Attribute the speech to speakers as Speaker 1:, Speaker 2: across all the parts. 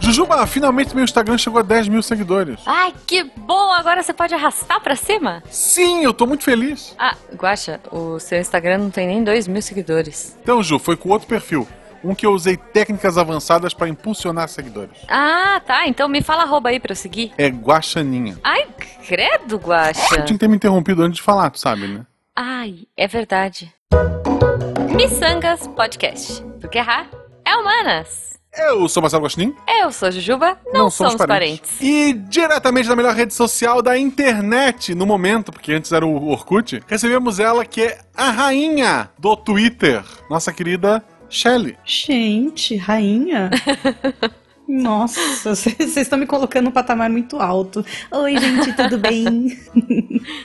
Speaker 1: Jujuba, finalmente meu Instagram chegou a 10 mil seguidores.
Speaker 2: Ai, que bom! Agora você pode arrastar pra cima?
Speaker 1: Sim, eu tô muito feliz.
Speaker 2: Ah, Guaxa, o seu Instagram não tem nem 2 mil seguidores.
Speaker 1: Então, Ju, foi com outro perfil. Um que eu usei técnicas avançadas para impulsionar seguidores.
Speaker 2: Ah, tá. Então me fala arroba aí pra eu seguir.
Speaker 1: É Guaxaninha.
Speaker 2: Ai, credo, Guaxa.
Speaker 1: Eu tinha que ter me interrompido antes de falar, tu sabe, né?
Speaker 2: Ai, é verdade. Missangas Podcast. Porque errar é humanas.
Speaker 1: Eu sou Marcelo Guaxinim.
Speaker 2: Eu sou a Jujuba, não, somos, parentes.
Speaker 1: E diretamente da melhor rede social da internet no momento, porque antes era o Orkut, recebemos ela que é a rainha do Twitter, nossa querida Shelley.
Speaker 3: Gente, rainha? Nossa, vocês estão me colocando num patamar muito alto. Oi, gente, tudo bem?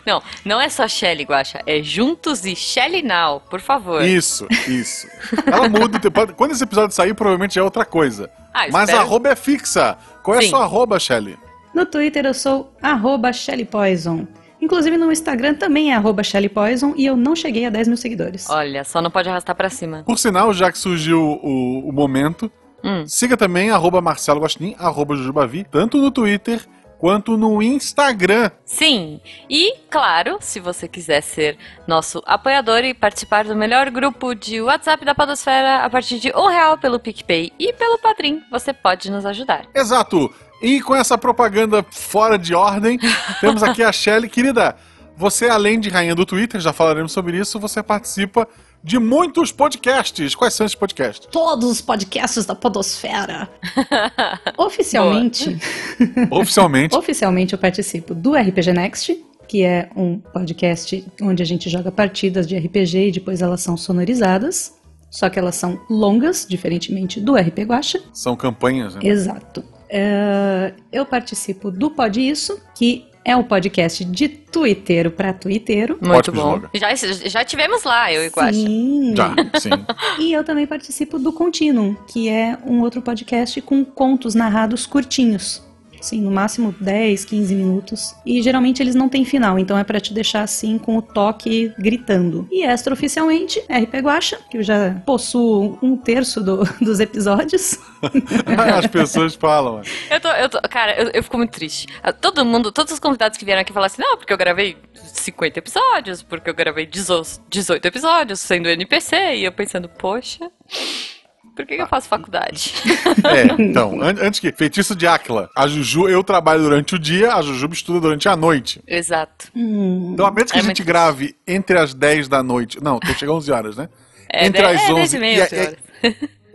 Speaker 2: Não, não é só Shelly, Guaxa. É Juntos e Shelly Now, por favor.
Speaker 1: Isso, isso. Ela muda. o tempo. Quando esse episódio sair, provavelmente já é outra coisa.
Speaker 2: Ah, eu
Speaker 1: Mas a
Speaker 2: espero.
Speaker 1: arroba é fixa. Qual é a
Speaker 2: Sim.
Speaker 1: sua arroba, Shelley?
Speaker 3: No Twitter eu sou arroba Shelly Poison. Inclusive no Instagram também é arroba Shelly Poison e eu não cheguei a 10 mil seguidores.
Speaker 2: Olha, só não pode arrastar pra cima.
Speaker 1: Por sinal, já que surgiu o, o momento,
Speaker 2: Hum.
Speaker 1: siga também arroba Marcelo Guaxinim, arroba Jujubavi, tanto no Twitter quanto no Instagram.
Speaker 2: Sim, e claro, se você quiser ser nosso apoiador e participar do melhor grupo de WhatsApp da Podosfera a partir de um real pelo PicPay e pelo Padrim, você pode nos ajudar.
Speaker 1: Exato! E com essa propaganda fora de ordem, temos aqui a Shelly, querida. Você, além de rainha do Twitter, já falaremos sobre isso, você participa de muitos podcasts. Quais são esses podcasts?
Speaker 3: Todos os podcasts da Podosfera. Oficialmente,
Speaker 1: Oficialmente,
Speaker 3: Oficialmente eu participo do RPG Next, que é um podcast onde a gente joga partidas de RPG e depois elas são sonorizadas. Só que elas são longas, diferentemente do RP Guacha.
Speaker 2: Oh.
Speaker 1: são campanhas, né?
Speaker 3: Exato. É, eu participo do Pod Isso, que é um podcast de Twitter para Twitter.
Speaker 2: Muito
Speaker 1: Ótimo
Speaker 2: bom.
Speaker 1: slogan.
Speaker 2: Já, já tivemos lá, eu e Guaxa.
Speaker 3: Sim.
Speaker 1: Já, sim.
Speaker 3: E eu também participo do Continuum, que é um outro podcast com contos narrados curtinhos. Sim, no máximo 10, 15 minutos. E geralmente eles não têm final, então é pra te deixar assim com o toque gritando. E extraoficialmente, RP Guacha, que eu já possuo um terço do- dos episódios.
Speaker 1: As pessoas falam. né?
Speaker 2: Eu tô, eu tô, cara, eu, eu fico muito triste. Ah, Todo mundo, todos os convidados que vieram aqui falaram assim: não, porque eu gravei 50 episódios, porque eu gravei 18 18 episódios sendo NPC, e eu pensando, poxa, por que, que eu
Speaker 1: Ah,
Speaker 2: faço faculdade?
Speaker 1: É, então, an- antes que. Feitiço de Áquila. A Juju, eu trabalho durante o dia, a Jujuba estuda durante a noite.
Speaker 2: Exato.
Speaker 3: Hum,
Speaker 1: Então, a menos que
Speaker 2: É
Speaker 1: a gente
Speaker 2: muito
Speaker 1: grave entre as 10 da noite. Não, tem que chegar 11 horas, né?
Speaker 2: É,
Speaker 1: entre
Speaker 2: de-
Speaker 1: as 11
Speaker 2: é, dez e meia,
Speaker 1: a-
Speaker 2: senhora.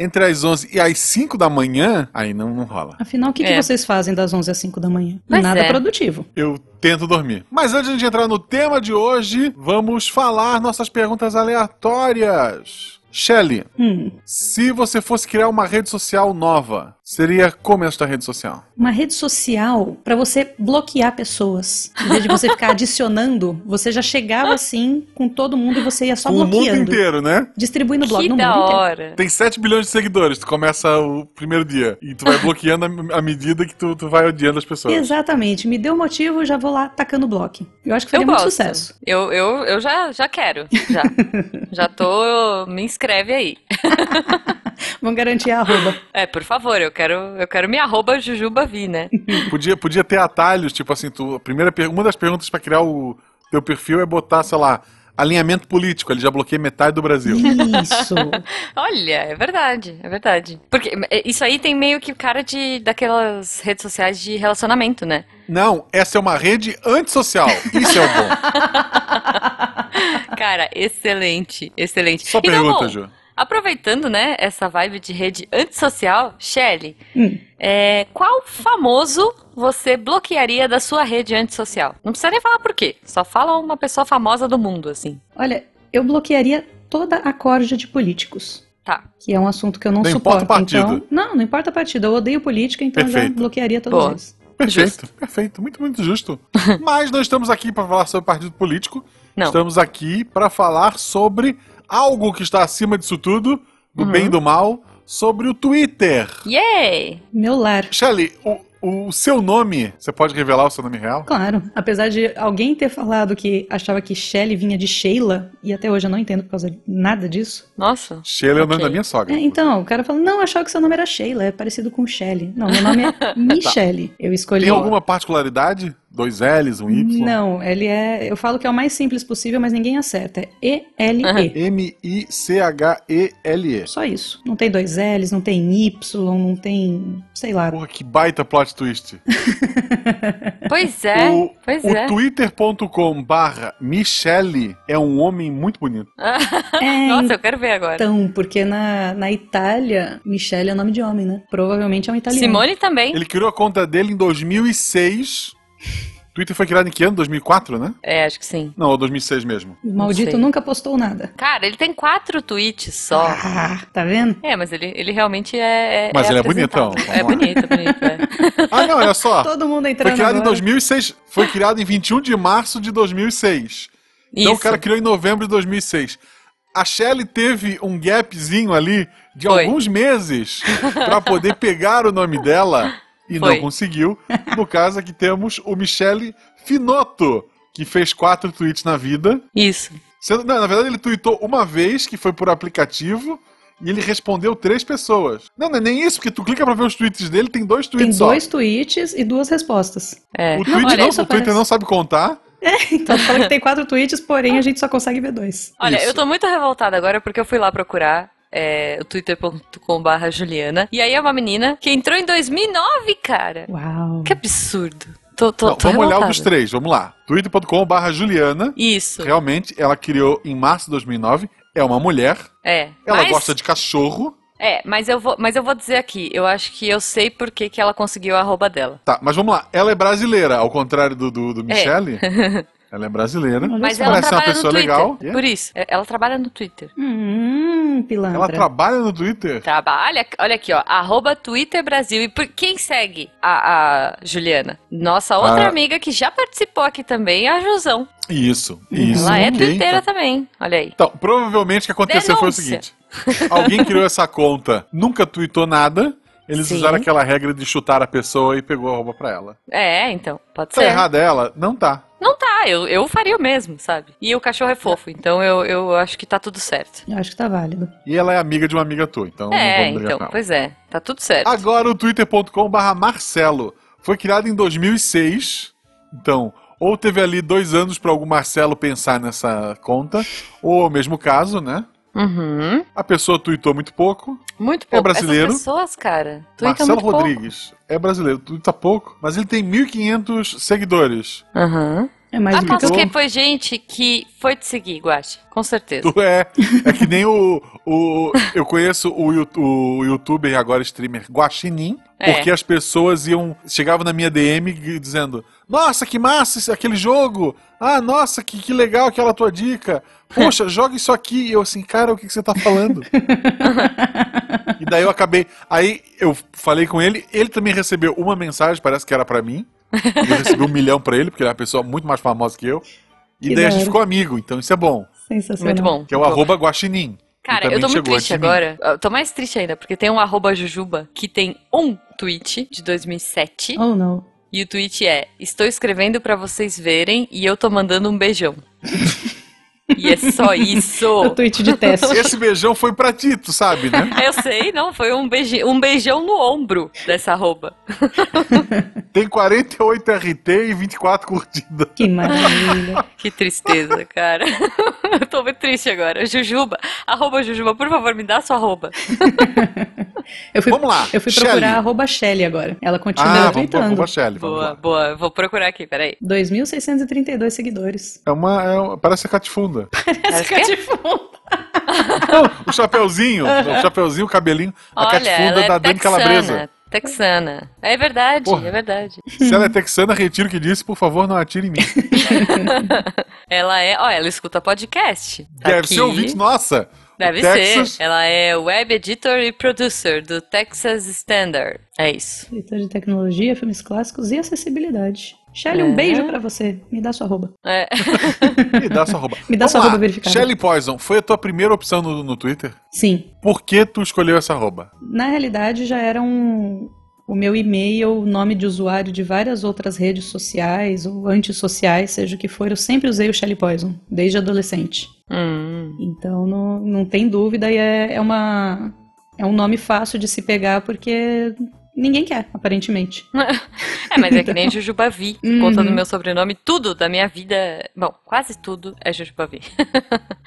Speaker 1: entre as 11 e as 5 da manhã, aí não, não rola.
Speaker 3: afinal, o que, que
Speaker 2: É.
Speaker 3: vocês fazem das 11 às 5 da manhã?
Speaker 2: Pois
Speaker 3: Nada
Speaker 2: é.
Speaker 3: produtivo.
Speaker 1: Eu tento dormir. Mas antes de entrar no tema de hoje, vamos falar nossas perguntas aleatórias. Shelley,
Speaker 3: Hum,
Speaker 1: se você fosse criar uma rede social nova, seria como esta rede social?
Speaker 3: Uma rede social pra você bloquear pessoas. Em vez de você ficar adicionando, você já chegava assim com todo mundo e você ia só
Speaker 1: o mundo
Speaker 3: Tá bloqueando.
Speaker 1: inteiro, né?
Speaker 3: Distribuindo blog
Speaker 2: que
Speaker 3: no
Speaker 2: da
Speaker 3: mundo inteiro.
Speaker 2: hora.
Speaker 1: Tem 7 bilhões de seguidores, tu começa o primeiro dia. E tu vai bloqueando à à medida que tu, tu vai odiando as pessoas.
Speaker 3: Exatamente. Me deu motivo, já vou lá tacando bloco. Eu acho que
Speaker 2: Eu
Speaker 3: faria muito
Speaker 2: gosto.
Speaker 3: sucesso.
Speaker 2: Eu, eu, eu já, já quero. Já. já tô. Me inscreve aí.
Speaker 3: Vamos garantir a arroba.
Speaker 2: É, por favor, eu quero, eu quero me arroba Jujubavi, né?
Speaker 1: Podia, podia ter atalhos, tipo assim, tu, a primeira, per- uma das perguntas pra criar o teu perfil é botar, sei lá, alinhamento político, ele já bloqueia metade do Brasil.
Speaker 3: Isso.
Speaker 2: Olha, é verdade, é verdade. Porque é, isso aí tem meio que cara de daquelas redes sociais de relacionamento, né?
Speaker 1: Não, essa é uma rede antissocial. Isso é o bom.
Speaker 2: Cara, excelente, excelente.
Speaker 1: Só
Speaker 2: então,
Speaker 1: pergunta,
Speaker 2: bom,
Speaker 1: Ju.
Speaker 2: aproveitando, né, essa vibe de rede antissocial, Shelly,
Speaker 3: Hum.
Speaker 2: é, qual famoso você bloquearia da sua rede antissocial? Não precisa nem falar por quê, só fala uma pessoa famosa do mundo, assim.
Speaker 3: Olha, eu bloquearia toda a corja de políticos.
Speaker 2: Tá.
Speaker 3: Que é um assunto que eu não,
Speaker 1: Não importa
Speaker 3: suporto.
Speaker 1: o partido.
Speaker 3: Então, não, não importa a partida. Eu odeio política, então eu já
Speaker 1: Perfeito.
Speaker 3: bloquearia todos
Speaker 2: Boa.
Speaker 3: eles.
Speaker 1: Perfeito,
Speaker 2: Justo.
Speaker 1: perfeito. Muito, muito justo. Mas não estamos aqui pra falar sobre partido político.
Speaker 2: Não.
Speaker 1: Estamos aqui pra falar sobre algo que está acima disso tudo, do
Speaker 2: Uhum.
Speaker 1: bem e do mal, sobre o Twitter.
Speaker 2: Yay!
Speaker 3: Meu lar.
Speaker 1: Shelley, o, o seu nome. Você pode revelar o seu nome real?
Speaker 3: Claro, apesar de alguém ter falado que achava que Shelley vinha de Sheila, e até hoje eu não entendo por causa de nada disso.
Speaker 2: Nossa.
Speaker 1: Sheila é o nome
Speaker 2: Ok.
Speaker 1: da minha sogra.
Speaker 3: É, então, o cara falou, não, eu achava que seu nome era Sheila, é parecido com Shelley. Não, meu nome é Michelle. Eu escolhi...
Speaker 2: é
Speaker 1: Tem alguma particularidade? Dois L's, um Y?
Speaker 3: Não, ele é... Eu falo que é o mais simples possível, mas ninguém acerta. É E-L-E.
Speaker 1: M-I-C-H-E-L-E.
Speaker 3: Só isso. Não tem dois L's, não tem Y, não tem... Sei lá.
Speaker 1: Porra, que baita plot twist.
Speaker 2: Pois é,
Speaker 1: O-
Speaker 2: pois
Speaker 1: o
Speaker 2: é.
Speaker 1: twitter.com barra Michele é um homem muito bonito.
Speaker 3: É,
Speaker 2: Nossa, eu quero ver agora.
Speaker 3: então, porque na, na Itália, Michelle é nome de homem, né? Provavelmente é um italiano.
Speaker 2: Simone também.
Speaker 1: Ele criou a conta dele em 2006. Twitter foi criado em que ano? 2004, né?
Speaker 2: É, acho que sim.
Speaker 1: Não, 2006 mesmo.
Speaker 3: O maldito
Speaker 2: Não sei.
Speaker 3: nunca postou nada.
Speaker 2: Cara, ele tem quatro tweets só.
Speaker 3: Ah, tá vendo?
Speaker 2: É, mas ele, ele realmente é. é
Speaker 1: Mas
Speaker 2: é
Speaker 1: ele é
Speaker 2: apresentado.
Speaker 1: bonitão, vamos
Speaker 2: É
Speaker 1: lá.
Speaker 2: bonito, é bonito. é.
Speaker 1: Ah, não, olha só.
Speaker 3: Todo mundo
Speaker 1: Foi
Speaker 3: entrando
Speaker 1: criado em
Speaker 3: agora.
Speaker 1: 2006. Foi criado em 21 de março de 2006. Então o
Speaker 2: Isso.
Speaker 1: cara criou em novembro de 2006. A Shelley teve um gapzinho ali de
Speaker 2: Foi.
Speaker 1: alguns meses pra poder pegar o nome dela e
Speaker 2: Foi.
Speaker 1: não conseguiu. No caso aqui temos o Michele Finotto, que fez quatro tweets na vida.
Speaker 2: Isso.
Speaker 1: Sendo- não, na verdade, ele tweetou uma vez, que foi por aplicativo, e ele respondeu três pessoas. Não, não é nem isso, porque tu clica pra ver os tweets dele, tem dois
Speaker 3: Tem
Speaker 1: tweets
Speaker 3: dois
Speaker 1: só.
Speaker 3: tweets e duas respostas.
Speaker 2: É.
Speaker 1: O, tweet
Speaker 2: olha,
Speaker 1: não,
Speaker 3: isso
Speaker 1: o Twitter
Speaker 3: aparece.
Speaker 1: não sabe contar.
Speaker 3: Então fala que tem quatro tweets, porém a gente só consegue ver dois.
Speaker 2: Olha,
Speaker 1: Isso.
Speaker 2: eu tô muito revoltada agora porque eu fui lá procurar é, o twitter.com.br Juliana. E aí é uma menina que entrou em 2009, cara.
Speaker 3: Uau.
Speaker 2: Que absurdo. Tô, tô,
Speaker 1: Não,
Speaker 2: tô
Speaker 1: vamos olhar
Speaker 2: revoltada.
Speaker 1: o dos três, vamos lá. twitter.com.br Juliana.
Speaker 2: Isso,
Speaker 1: Realmente, ela criou em março de 2009. É uma mulher.
Speaker 2: é.
Speaker 1: Ela
Speaker 2: mas,
Speaker 1: gosta de cachorro.
Speaker 2: É, mas eu, vou, mas eu vou dizer aqui, eu acho que eu sei por que, que ela conseguiu a arroba dela.
Speaker 1: Tá, mas vamos lá. Ela é brasileira, ao contrário do, do, do Michele. Ela é brasileira.
Speaker 3: Olha
Speaker 2: Mas
Speaker 3: só.
Speaker 2: ela
Speaker 1: Parece é uma
Speaker 2: trabalha
Speaker 1: pessoa
Speaker 2: no Twitter.
Speaker 1: legal.
Speaker 2: Por isso, é, ela trabalha no Twitter.
Speaker 3: Hum, pilantra.
Speaker 1: Ela trabalha no Twitter?
Speaker 2: Trabalha, olha aqui, ó, arroba Twitter Brasil. E por quem segue a, a Juliana? Nossa outra
Speaker 1: Ah.
Speaker 2: amiga que já participou aqui também, a Josão.
Speaker 1: Isso, isso.
Speaker 2: Ela é
Speaker 1: ok,
Speaker 2: twitteira
Speaker 1: então.
Speaker 2: também, olha aí.
Speaker 1: Então, provavelmente o que aconteceu foi o
Speaker 2: Denúncia.
Speaker 1: seguinte: alguém criou essa conta, nunca tweetou nada, eles
Speaker 2: Sim.
Speaker 1: usaram aquela regra de chutar a pessoa e pegou a roupa pra ela.
Speaker 2: É, então, pode
Speaker 1: Tá
Speaker 2: ser.
Speaker 1: errada ela? Não tá.
Speaker 2: Não tá, eu, eu faria o mesmo, sabe? E o cachorro é fofo, então eu, eu acho que tá tudo certo.
Speaker 3: Eu acho que tá válido.
Speaker 1: E ela é amiga de uma amiga tua, então não
Speaker 2: é,
Speaker 1: vamos brigar
Speaker 2: então,
Speaker 1: com ela. Ah.
Speaker 2: pois é, tá tudo certo.
Speaker 1: Agora o twitter.com/barra Marcelo foi criado em 2006, então ou teve ali dois anos pra algum Marcelo pensar nessa conta, ou o mesmo caso, né?
Speaker 2: Uhum.
Speaker 1: A pessoa tweetou muito pouco,
Speaker 2: Muito pouco.
Speaker 1: É brasileiro.
Speaker 2: Essas pessoas, cara, tweetam
Speaker 1: Marcelo
Speaker 2: muito pouco.
Speaker 1: Rodrigues é brasileiro, tudo tá pouco, mas ele tem 1.500 seguidores.
Speaker 2: Aham. Ah,
Speaker 3: É mais do que
Speaker 2: Aposto
Speaker 3: eu...
Speaker 2: que foi gente que foi te seguir, Guache, com certeza.
Speaker 1: Tu é, é que nem o, o eu conheço o, Yu- o youtuber e agora streamer Guaxinim,
Speaker 2: É.
Speaker 1: porque as pessoas iam chegavam na minha DM g- dizendo: "Nossa, que massa esse- aquele jogo! Ah, nossa, que, que legal aquela tua dica! Poxa, joga isso aqui". E eu assim: "Cara, o que que você tá falando?" e daí eu acabei, aí eu falei com ele, ele também recebeu uma mensagem, parece que era pra mim. Eu recebi um milhão pra ele, porque ele é uma pessoa muito mais famosa que eu. E
Speaker 3: Que
Speaker 1: daí a
Speaker 3: da
Speaker 1: gente
Speaker 3: hora.
Speaker 1: ficou amigo, então isso é bom.
Speaker 3: Sensacional.
Speaker 2: Muito bom.
Speaker 1: Que é o
Speaker 2: muito bom.
Speaker 1: arroba guaxinim.
Speaker 2: Então, Cara,
Speaker 1: Também
Speaker 2: eu tô muito
Speaker 1: chegou
Speaker 2: triste
Speaker 1: antes de
Speaker 2: agora. Eu tô mais triste ainda, porque tem um arroba Jujuba que tem um tweet de 2007.
Speaker 3: Oh, não.
Speaker 2: E o tweet é: Estou escrevendo pra vocês verem e eu tô mandando um beijão. e é só
Speaker 3: O
Speaker 2: isso.
Speaker 3: tweet de teste.
Speaker 1: Esse beijão foi pra ti, tu sabe, né?
Speaker 2: Eu sei, não, foi um, beiji, um beijão no ombro dessa arroba.
Speaker 1: Tem 48 RT e 24 curtidas.
Speaker 3: que maravilha.
Speaker 2: Que tristeza, cara. eu tô muito triste agora. Jujuba, arroba Jujuba, por favor, me dá sua arroba.
Speaker 3: Eu fui,
Speaker 1: Vamos lá,
Speaker 3: Eu fui
Speaker 1: Shelley.
Speaker 3: procurar arroba Shelly agora. Ela continua
Speaker 1: Ah, vamos pra
Speaker 3: tweetando.
Speaker 1: arroba Shelly. vamos
Speaker 2: Boa,
Speaker 1: lá.
Speaker 2: boa. eu Vou procurar aqui, peraí.
Speaker 3: 2.632 seguidores.
Speaker 1: É uma, é uma- Parece a catifunda.
Speaker 2: Parece que é
Speaker 1: o chapeuzinho, o chapeuzinho, o cabelinho. A
Speaker 2: Olha, ela
Speaker 1: catifunda
Speaker 2: é
Speaker 1: da Dani Calabresa.
Speaker 2: texana, texana. É verdade,
Speaker 1: Porra.
Speaker 2: é verdade.
Speaker 1: Se ela é texana, retiro o que disse, por favor, não atire em mim.
Speaker 2: Ela é, ó, ela escuta podcast. Tá
Speaker 1: Deve
Speaker 2: aqui.
Speaker 1: ser ouvinte, nossa.
Speaker 2: Deve
Speaker 1: O Texas-
Speaker 2: ser. Ela é web editor e producer do Texas Standard. É isso.
Speaker 3: Leitor de tecnologia, filmes clássicos e acessibilidade. Shelly,
Speaker 2: É.
Speaker 3: um beijo pra você. Me dá sua arroba.
Speaker 2: É.
Speaker 1: Me dá sua arroba.
Speaker 3: Me dá
Speaker 1: Vamos
Speaker 3: sua
Speaker 1: lá.
Speaker 3: arroba verificada.
Speaker 1: Shelly Poison, foi a tua primeira opção no, no Twitter?
Speaker 3: Sim.
Speaker 1: Por que tu escolheu essa arroba?
Speaker 3: Na realidade, já era um, o meu e-mail, o nome de usuário de várias outras redes sociais ou antissociais, seja o que for, eu sempre usei o Shelly Poison, desde adolescente.
Speaker 2: Hum.
Speaker 3: Então não, não tem dúvida e é, é, uma, é um nome fácil de se pegar porque ninguém quer, aparentemente.
Speaker 2: É, mas é que nem Jujubavi.
Speaker 3: Uhum.
Speaker 2: Contando meu sobrenome, tudo da minha vida. é- Bom, quase tudo é Jujubavi.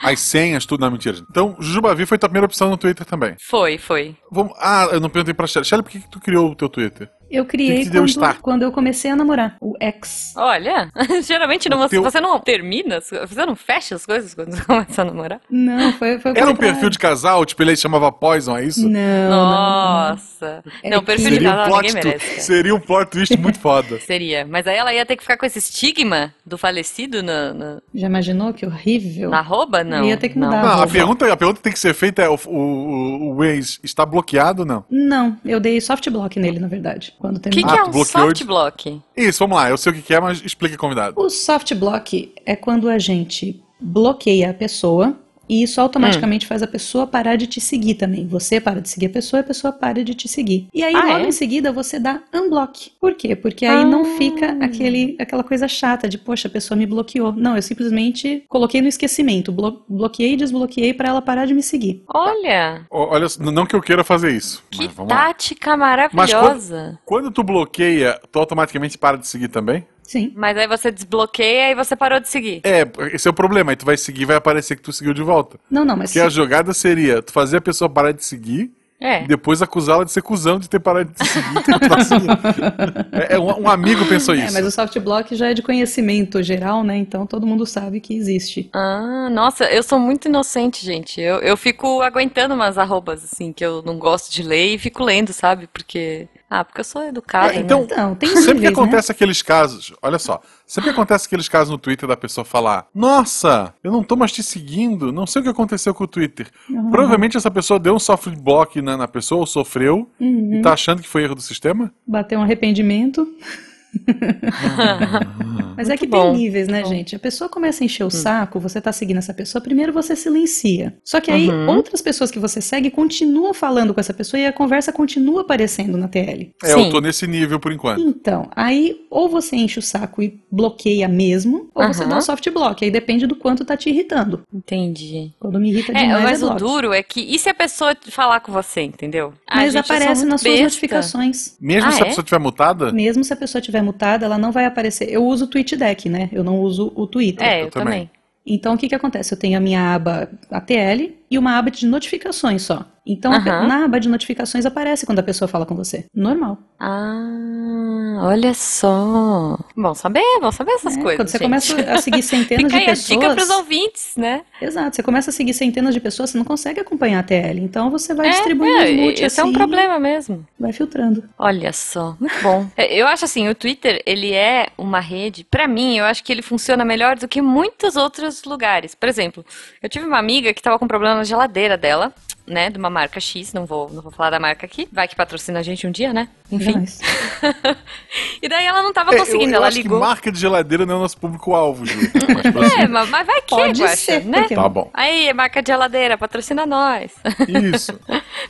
Speaker 1: As senhas, tudo na mentira. gente. Então, Jujubavi foi tua primeira opção no Twitter também.
Speaker 2: Foi, foi.
Speaker 1: Vamos... Ah, eu não perguntei pra Shelly. Shelly, por que, que tu criou o teu Twitter?
Speaker 3: Eu
Speaker 1: Que
Speaker 3: criei
Speaker 1: que deu um
Speaker 3: quando,
Speaker 1: start?
Speaker 3: quando eu comecei a namorar, o ex.
Speaker 2: Olha, geralmente não,
Speaker 1: O teu-
Speaker 2: você não termina, as co- você não fecha as coisas quando você começa a namorar.
Speaker 3: Não, foi, foi o
Speaker 1: Era um
Speaker 3: contrário.
Speaker 1: perfil de casal, tipo, ele chamava Poison, é isso?
Speaker 3: Não, não, não.
Speaker 2: Nossa.
Speaker 3: É
Speaker 2: não, perfil de
Speaker 1: Seria um,
Speaker 2: casal ninguém
Speaker 1: plot
Speaker 2: merece.
Speaker 1: twist,
Speaker 2: cara.
Speaker 1: seria um plot twist muito foda.
Speaker 2: Seria, mas aí ela ia ter que ficar com esse estigma do falecido na, na,
Speaker 3: Já imaginou que horrível?
Speaker 1: Ah.
Speaker 2: na arroba? Não.
Speaker 3: Ia ter que
Speaker 2: não.
Speaker 3: mudar.
Speaker 1: Não, a
Speaker 3: Arroba.
Speaker 1: pergunta, a pergunta que tem que ser feita é: o, o, o- o ex está bloqueado ou não?
Speaker 3: Não, eu dei soft block nele, na verdade, quando
Speaker 2: O que,
Speaker 3: terminou.
Speaker 2: que
Speaker 1: Ah,
Speaker 2: é
Speaker 1: tu
Speaker 2: um
Speaker 1: bloqueou
Speaker 2: soft
Speaker 1: de-
Speaker 2: block?
Speaker 1: Isso, vamos lá, eu sei o que que é, mas explica, convidado.
Speaker 3: O soft block é quando a gente bloqueia a pessoa e isso automaticamente
Speaker 2: Hum.
Speaker 3: faz a pessoa parar de te seguir também. Você para de seguir a pessoa, a pessoa para de te seguir. E aí
Speaker 2: Ah,
Speaker 3: logo
Speaker 2: é?
Speaker 3: em seguida você dá unblock. Por quê? Porque aí
Speaker 2: Ah.
Speaker 3: não fica aquele aquela coisa chata de poxa, a pessoa me bloqueou. Não, eu simplesmente coloquei no esquecimento, blo- bloqueei e desbloqueei para ela parar de me seguir.
Speaker 2: Olha,
Speaker 1: O- Olha, só, não que eu queira fazer isso.
Speaker 2: que tá-
Speaker 1: mas vamos lá.
Speaker 2: tática maravilhosa.
Speaker 1: Quando tu bloqueia, tu automaticamente para de seguir também?
Speaker 3: Sim.
Speaker 2: Mas aí você desbloqueia e você parou de seguir.
Speaker 1: É, esse é o problema. Aí tu vai seguir, vai aparecer que tu seguiu de volta.
Speaker 3: Não, não, mas
Speaker 1: Porque a jogada seria tu fazer a pessoa parar de seguir
Speaker 2: É.
Speaker 1: e depois acusá-la de ser cuzão de ter parado de seguir. tu tá seguindo. é, é, um, um amigo pensou
Speaker 3: É,
Speaker 1: isso.
Speaker 3: mas o soft block já é de conhecimento geral, né? Então todo mundo sabe que existe.
Speaker 2: Ah, nossa, eu sou muito inocente, gente. Eu, eu fico aguentando umas arrobas, assim, que eu não gosto de ler e fico lendo, sabe? Porque. Ah, porque eu sou educada,
Speaker 1: É, então-
Speaker 2: né?
Speaker 3: Então, tem
Speaker 1: Sempre que
Speaker 3: níveis, né?
Speaker 1: acontece aqueles casos, olha só, sempre que acontece aqueles casos no Twitter da pessoa falar: Nossa, eu não tô mais te seguindo, não sei o que aconteceu com o Twitter.
Speaker 3: Uhum.
Speaker 1: Provavelmente essa pessoa deu um soft block na, na pessoa, ou sofreu,
Speaker 3: Uhum.
Speaker 1: e tá achando que foi erro do sistema?
Speaker 3: Bateu um arrependimento.
Speaker 2: né?
Speaker 3: Mas é que
Speaker 2: bom.
Speaker 3: tem níveis, né,
Speaker 2: Bom. Hum.
Speaker 3: gente? A pessoa começa a encher o saco, você tá seguindo essa pessoa, primeiro você silencia. Só que aí
Speaker 2: Uhum.
Speaker 3: outras pessoas que você segue continuam falando com essa pessoa e a conversa continua aparecendo na TL.
Speaker 1: É,
Speaker 2: Sim.
Speaker 1: eu tô nesse nível por enquanto.
Speaker 3: Então, aí ou você enche o saco e bloqueia mesmo, ou você
Speaker 2: Aham.
Speaker 3: dá um soft block. Aí depende do quanto tá te irritando.
Speaker 2: Entendi.
Speaker 3: Quando me irrita
Speaker 2: É,
Speaker 3: demais,
Speaker 2: mas
Speaker 3: é
Speaker 2: o
Speaker 3: bloco.
Speaker 2: duro é que. E se a pessoa falar com você, entendeu? Ah,
Speaker 3: Mas
Speaker 2: gente, eu sou
Speaker 3: aparece
Speaker 2: muito
Speaker 3: nas suas
Speaker 2: besta.
Speaker 3: notificações.
Speaker 1: Mesmo
Speaker 2: Ah,
Speaker 1: se a
Speaker 2: é?
Speaker 1: pessoa estiver mutada,
Speaker 3: Mesmo se a pessoa tiver mutada, ela não vai aparecer. Eu uso o Tweet Deck, né? Eu não uso o Twitter.
Speaker 2: É,
Speaker 1: Eu
Speaker 2: eu,
Speaker 1: também.
Speaker 2: também.
Speaker 3: Então o que que acontece? Eu tenho a minha aba ATL e uma aba de notificações só. Então a pe-
Speaker 2: Aham.
Speaker 3: na aba de notificações aparece quando a pessoa fala com você. Normal.
Speaker 2: Ah, olha só. Bom saber, bom saber essas
Speaker 3: né?
Speaker 2: coisas.
Speaker 3: quando você
Speaker 2: gente.
Speaker 3: começa a seguir centenas
Speaker 2: assim. Fica
Speaker 3: de
Speaker 2: aí a dica pros
Speaker 3: pessoas.
Speaker 2: ouvintes, né?
Speaker 3: Exato, você começa a seguir centenas de pessoas, você não consegue acompanhar a TL. Então você vai
Speaker 2: É,
Speaker 3: distribuindo
Speaker 2: é,
Speaker 3: os loot
Speaker 2: esse é um
Speaker 3: assim,
Speaker 2: problema mesmo.
Speaker 3: vai filtrando.
Speaker 2: Olha só, muito bom. É, Eu acho assim, o Twitter, ele é uma rede, pra mim, eu acho que ele funciona melhor do que muitos outros lugares. Por exemplo, eu tive uma amiga que tava com problema na geladeira dela, né, de uma marca X, não vou, não vou falar da marca aqui, vai que patrocina a gente um dia, né? Enfim.
Speaker 3: Jamais.
Speaker 2: E daí ela não tava
Speaker 1: É,
Speaker 2: conseguindo,
Speaker 1: eu, eu
Speaker 2: ela
Speaker 1: acho
Speaker 2: ligou.
Speaker 1: que marca de geladeira não é o nosso público-alvo, Ju. Mas prossiga.
Speaker 2: É, mas, mas vai que,
Speaker 3: Pode
Speaker 2: Guaxa,
Speaker 3: ser,
Speaker 2: né?
Speaker 3: porque-
Speaker 1: Tá bom.
Speaker 2: Aí, marca de geladeira, patrocina nós.
Speaker 1: Isso.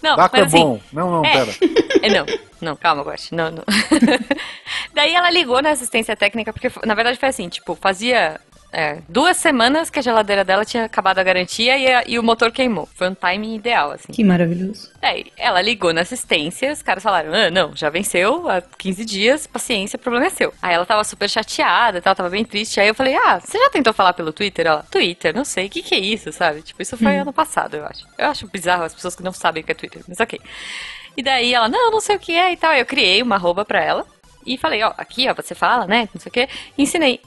Speaker 2: Não,
Speaker 1: Daco
Speaker 2: mas
Speaker 1: é
Speaker 2: assim,
Speaker 1: bom. Não, não,
Speaker 2: é.
Speaker 1: pera.
Speaker 2: É, não, não, calma, Guache, não, não. Daí ela ligou na assistência técnica, porque na verdade foi assim, tipo, fazia é, duas semanas que a geladeira dela tinha acabado a garantia e, a- e o motor queimou. Foi um timing ideal, assim.
Speaker 3: Que maravilhoso.
Speaker 2: Daí É, ela ligou na assistência, os caras falaram, ah, não, já venceu há 15 dias, paciência, o problema é seu. Aí ela tava super chateada, e tal, tava bem triste, aí eu falei, ah, você já tentou falar pelo Twitter? Ela, Twitter, não sei, o que que é isso, sabe? Tipo, isso foi ano passado, eu acho. Eu acho bizarro as pessoas que não sabem o que é Twitter, mas ok. E daí ela, não, não sei o que é e tal. Aí Eu criei uma arroba pra ela e falei, ó, aqui, ó, você fala, né? Não sei o que. Ensinei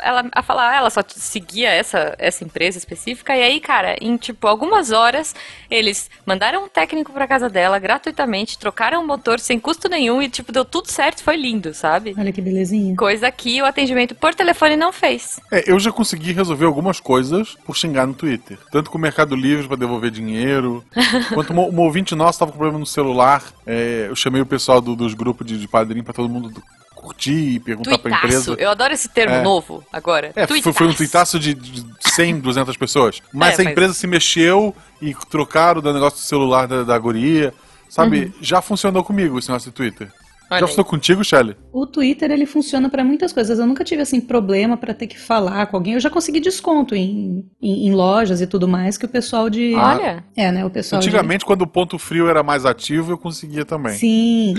Speaker 2: ela a falar, "Ah, ela só seguia essa, essa empresa específica. E aí, cara, em tipo algumas horas, eles mandaram um técnico pra casa dela gratuitamente, trocaram o motor sem custo nenhum e, tipo, deu tudo certo, foi lindo, sabe?
Speaker 3: Olha que belezinha.
Speaker 2: Coisa que o atendimento por telefone não fez.
Speaker 1: É, eu já consegui resolver algumas coisas por xingar no Twitter. Tanto com o Mercado Livre pra devolver dinheiro, quanto uma, uma ouvinte nossa tava com problema no celular. É, eu chamei o pessoal do- dos grupos de, de padrinho pra todo mundo do- curtir e perguntar pra
Speaker 2: Tuitaço.
Speaker 1: empresa.
Speaker 2: Eu adoro esse termo
Speaker 1: É.
Speaker 2: novo agora.
Speaker 1: É, foi, foi um tuitaço de, de 100, 200 pessoas. Mas
Speaker 2: É,
Speaker 1: a
Speaker 2: mas-
Speaker 1: empresa se mexeu e
Speaker 2: Uhum.
Speaker 1: trocaram o negócio do celular da, da guria. Sabe, já funcionou comigo esse negócio de Twitter. Já falou contigo, Shelly?
Speaker 3: O Twitter ele funciona para muitas coisas. Eu nunca tive assim problema para ter que falar com alguém. Eu já consegui desconto em, em, em lojas e tudo mais que o pessoal de
Speaker 1: Ah.
Speaker 2: Olha.
Speaker 3: é, né, o pessoal de-
Speaker 1: Antigamente, quando o ponto frio era mais ativo, eu conseguia também.
Speaker 3: Sim.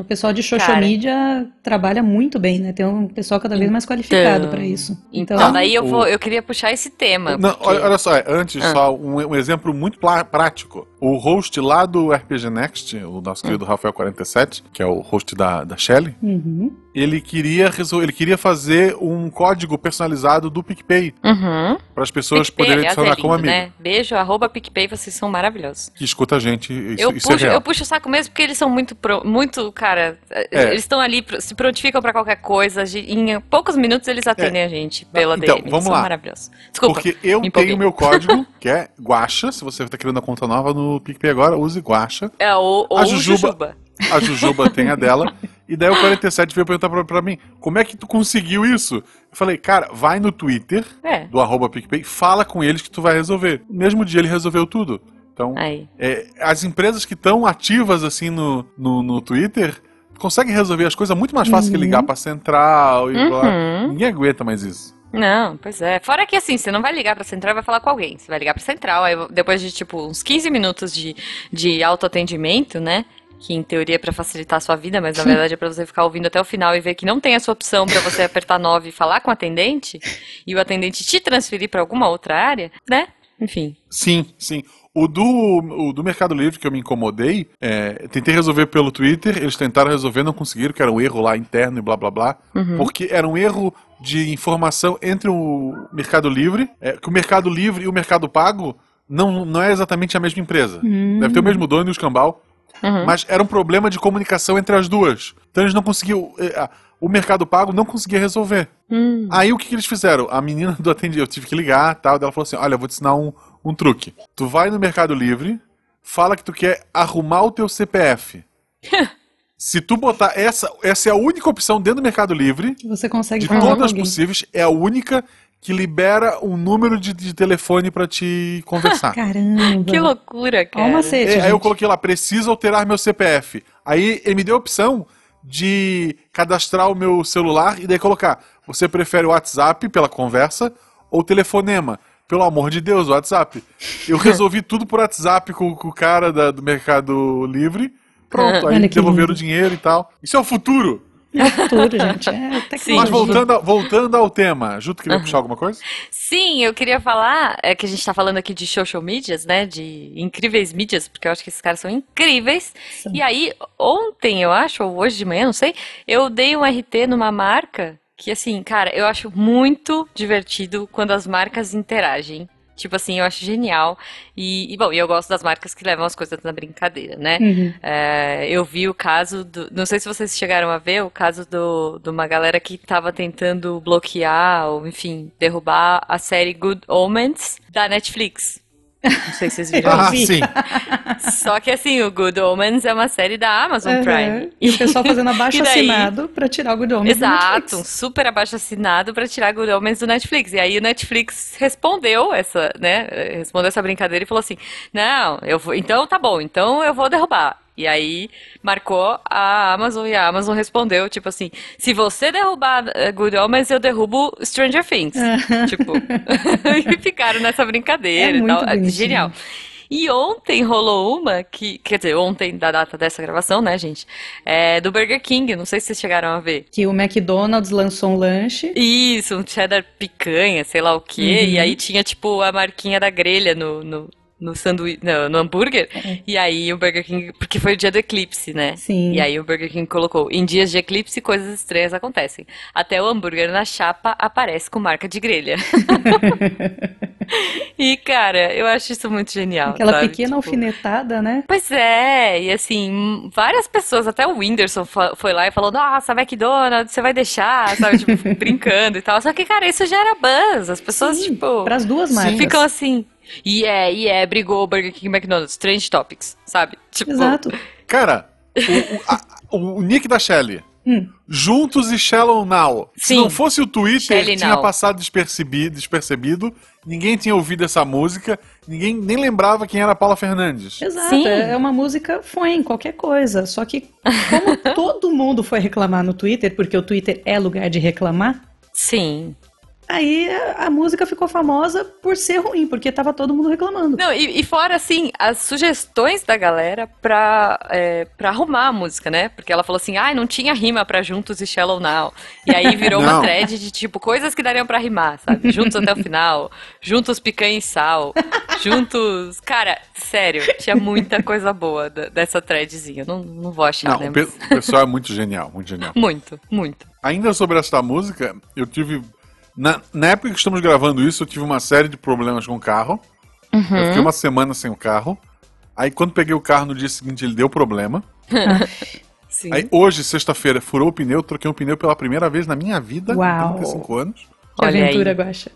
Speaker 3: O pessoal de social
Speaker 2: Cara.
Speaker 3: media trabalha muito bem, né? Tem um pessoal cada vez mais qualificado para isso.
Speaker 2: Então,
Speaker 3: Então,
Speaker 2: daí eu
Speaker 1: o-
Speaker 2: vou, eu queria puxar esse tema.
Speaker 1: Não,
Speaker 2: porque-
Speaker 1: olha, olha só, é, antes
Speaker 2: Ah.
Speaker 1: só um, um exemplo muito plá- prático. O host lá do RPG Next, o nosso
Speaker 2: Hum.
Speaker 1: querido Rafael47, que é o host da, da Shelly,
Speaker 3: uhum.
Speaker 1: ele queria, resol- ele queria fazer um código personalizado do PicPay
Speaker 2: Uhum.
Speaker 1: para as pessoas
Speaker 2: PicPay,
Speaker 1: poderem
Speaker 2: aliás,
Speaker 1: adicionar
Speaker 2: é
Speaker 1: como
Speaker 2: lindo,
Speaker 1: amigo.
Speaker 2: né? Beijo, arroba PicPay, vocês são maravilhosos.
Speaker 1: Que escuta a gente, isso,
Speaker 2: né? eu,
Speaker 1: isso
Speaker 2: puxo,
Speaker 1: é real.
Speaker 2: eu puxo o saco mesmo porque eles são muito, pro- muito cara,
Speaker 1: É.
Speaker 2: eles estão ali, pro- se prontificam pra qualquer coisa, gi- em poucos minutos eles atendem a gente pela
Speaker 1: Então,
Speaker 2: DM,
Speaker 1: vamos
Speaker 2: são
Speaker 1: lá.
Speaker 2: maravilhosos. Desculpa,
Speaker 1: Porque eu
Speaker 2: me empolguei.
Speaker 1: tenho meu código, que é Guacha. Se você está criando uma conta nova no PicPay agora, use Guacha.
Speaker 2: é o, o
Speaker 1: a Ah, Jujuba-
Speaker 2: Jujuba.
Speaker 1: A Jujuba tem a dela. E daí o 47 veio perguntar pra, pra mim, como é que tu conseguiu isso? Eu falei, cara, vai no Twitter
Speaker 2: É,
Speaker 1: do arroba PicPay, fala com eles que tu vai resolver. No mesmo dia ele resolveu tudo. Então,
Speaker 2: aí.
Speaker 1: é, as empresas que estão ativas assim no, no, no Twitter conseguem resolver as coisas muito mais fácil que
Speaker 3: Uhum.
Speaker 1: ligar pra central e blá.
Speaker 2: Uhum.
Speaker 1: Ninguém aguenta mais isso.
Speaker 2: Não, pois é. Fora que assim, você não vai ligar pra central e vai falar com alguém. Você vai ligar pra central, aí depois de tipo uns 15 minutos de, de autoatendimento, né? Que em teoria é pra facilitar a sua vida, mas na verdade é pra você ficar ouvindo até o final e ver que não tem essa opção pra você apertar 9 e falar com o atendente, e o atendente te transferir pra alguma outra área, né? Enfim.
Speaker 1: Sim, sim. O do, o do Mercado Livre que eu me incomodei, é, tentei resolver pelo Twitter, eles tentaram resolver, não conseguiram, que era um erro lá interno e blá blá blá. Porque era um erro de informação entre o Mercado Livre, é, que o Mercado Livre e o Mercado Pago não, não é exatamente a mesma empresa.
Speaker 3: Hum.
Speaker 1: Deve ter o mesmo dono e o escambau,
Speaker 2: Uhum.
Speaker 1: mas era um problema de comunicação entre as duas. Então eles não conseguiam. é, a- O Mercado Pago não conseguia resolver.
Speaker 3: Uhum.
Speaker 2: Hum.
Speaker 1: Aí o que, que eles fizeram? A menina do atendimento, eu tive que ligar tal, daí ela falou assim: olha, eu vou te ensinar um, um truque. Tu vai no Mercado Livre, fala que tu quer arrumar o teu CPF. Se tu botar essa, essa é a única opção dentro do Mercado Livre,
Speaker 3: que uhum. você consegue
Speaker 1: de
Speaker 3: falar com
Speaker 1: todas as
Speaker 3: alguém.
Speaker 1: possíveis, é a única que libera um número de, de telefone pra te conversar.
Speaker 3: Caramba.
Speaker 2: Que loucura,
Speaker 3: Uhum.
Speaker 2: cara.
Speaker 3: Ó o
Speaker 1: É,
Speaker 3: macete,
Speaker 1: aí eu
Speaker 3: gente.
Speaker 1: coloquei lá, preciso alterar meu CPF. Aí ele me deu a opção de cadastrar o meu celular e daí colocar, você prefere o WhatsApp pela conversa ou telefonema? Pelo amor de Deus, o WhatsApp. Eu resolvi tudo por WhatsApp com, com o cara da- do Mercado Livre. Pronto, aí
Speaker 3: É. Olha que
Speaker 1: devolveram
Speaker 3: lindo.
Speaker 1: o dinheiro e tal. Isso é o futuro.
Speaker 3: É o futuro, gente. É tecnologia.
Speaker 1: Mas voltando, a- voltando ao tema, Juto, queria puxar alguma coisa?
Speaker 2: Sim, eu queria falar, é que a gente tá falando aqui de social medias, né? De incríveis mídias, porque eu acho que esses caras são incríveis.
Speaker 3: São.
Speaker 2: E aí, ontem, eu acho, ou hoje de manhã, não sei, eu dei um RT numa marca que, assim, cara, eu acho muito divertido quando as marcas interagem. Tipo assim, eu acho genial. E, e, bom, e eu gosto das marcas que levam as coisas na brincadeira, né?
Speaker 3: Uhum.
Speaker 2: É, eu vi o caso do. Não sei se vocês chegaram a ver o caso do, de uma galera que estava tentando bloquear ou, enfim, derrubar a série Good Omens da Netflix. Não sei se vocês viram.
Speaker 3: Eu
Speaker 1: ah,
Speaker 3: vi.
Speaker 1: sim.
Speaker 2: Só que assim, o Good Omens é uma série da Amazon
Speaker 3: Aham.
Speaker 2: Prime.
Speaker 3: E o pessoal fazendo abaixo
Speaker 2: E daí?
Speaker 3: assinado pra tirar o Good Omens do
Speaker 2: Exato, um
Speaker 3: Netflix.
Speaker 2: super abaixo assinado para tirar Good Omens do Netflix. E aí o Netflix respondeu essa, né? Respondeu essa brincadeira e falou assim: Não, eu vou. Então tá bom, então eu vou derrubar. E aí marcou a Amazon e a Amazon respondeu, tipo assim, se você derrubar eh, Good Omens, eu derrubo Stranger Things. Tipo, e ficaram nessa brincadeira
Speaker 3: É
Speaker 2: e tal.
Speaker 3: muito bonitinho.
Speaker 2: Genial. E ontem rolou uma que, quer dizer, ontem da data dessa gravação, né, gente? É do Burger King, não sei se vocês chegaram a ver.
Speaker 3: Que o McDonald's lançou um lanche.
Speaker 2: Isso, um cheddar picanha, sei lá o quê.
Speaker 3: Uhum.
Speaker 2: E aí tinha, tipo, a marquinha da grelha no, no, no sanduí- no, no hambúrguer. E aí o Burger King. Porque foi o dia do eclipse, né?
Speaker 3: É. Sim.
Speaker 2: E aí o Burger King colocou: em dias de eclipse, coisas estranhas acontecem. Até o hambúrguer na chapa aparece com marca de grelha. E, cara, eu acho isso muito genial.
Speaker 3: Aquela
Speaker 2: sabe?
Speaker 3: pequena
Speaker 2: Tipo,
Speaker 3: alfinetada, né?
Speaker 2: Pois é, e assim, m- várias pessoas, até o Whindersson fa- foi lá e falou: Nossa, McDonald's, você vai deixar, sabe? Tipo, brincando e tal. Só que, cara, isso gera buzz. As pessoas, tipo,
Speaker 3: Para as duas
Speaker 1: Sim.
Speaker 3: marcas.
Speaker 2: ficam assim. E é, e é, brigou o Burger King e McDonald's, Trend Topics, sabe? Tipo,
Speaker 3: Exato.
Speaker 1: Cara, o, o- a- o nick da Shelly.
Speaker 3: Hum.
Speaker 1: Juntos e Shallow Now. Se
Speaker 2: Sim.
Speaker 1: não fosse o Twitter,
Speaker 2: Shallow
Speaker 1: tinha
Speaker 2: Now.
Speaker 1: passado despercebido, despercebido, ninguém tinha ouvido essa música, ninguém nem lembrava quem era a Paula Fernandes.
Speaker 3: Exato,
Speaker 2: Sim.
Speaker 3: é uma música foi em qualquer coisa. Só que como todo mundo foi reclamar no Twitter, porque o Twitter é lugar de reclamar,
Speaker 2: Sim.
Speaker 3: aí a a música ficou famosa por ser ruim, porque tava todo mundo reclamando.
Speaker 2: Não, e, e fora, assim, as sugestões da galera pra, é, pra arrumar a música, né? Porque ela falou assim, ai, não tinha rima pra Juntos e Shallow Now. E aí virou
Speaker 1: Não.
Speaker 2: uma thread de, tipo, coisas que dariam pra rimar, sabe? Juntos até o final, juntos picanha e sal, juntos... Cara, sério, tinha muita coisa boa da- dessa threadzinha. Não, não vou achar,
Speaker 1: Não,
Speaker 2: né?
Speaker 1: o, pe- o pessoal é muito genial, muito genial.
Speaker 2: Muito, muito.
Speaker 1: Ainda sobre esta música, eu tive. Na, na época que estamos gravando isso, eu tive uma série de problemas com o carro.
Speaker 2: Uhum.
Speaker 1: Eu fiquei uma semana sem o carro. Aí quando peguei o carro no dia seguinte, ele deu problema.
Speaker 2: Sim.
Speaker 1: Aí hoje, sexta-feira, furou o pneu, troquei um pneu pela primeira vez na minha vida,
Speaker 3: Uau.
Speaker 1: com 35 anos.
Speaker 3: Que
Speaker 2: Olha
Speaker 3: aventura,
Speaker 2: aí.
Speaker 3: Guaxa.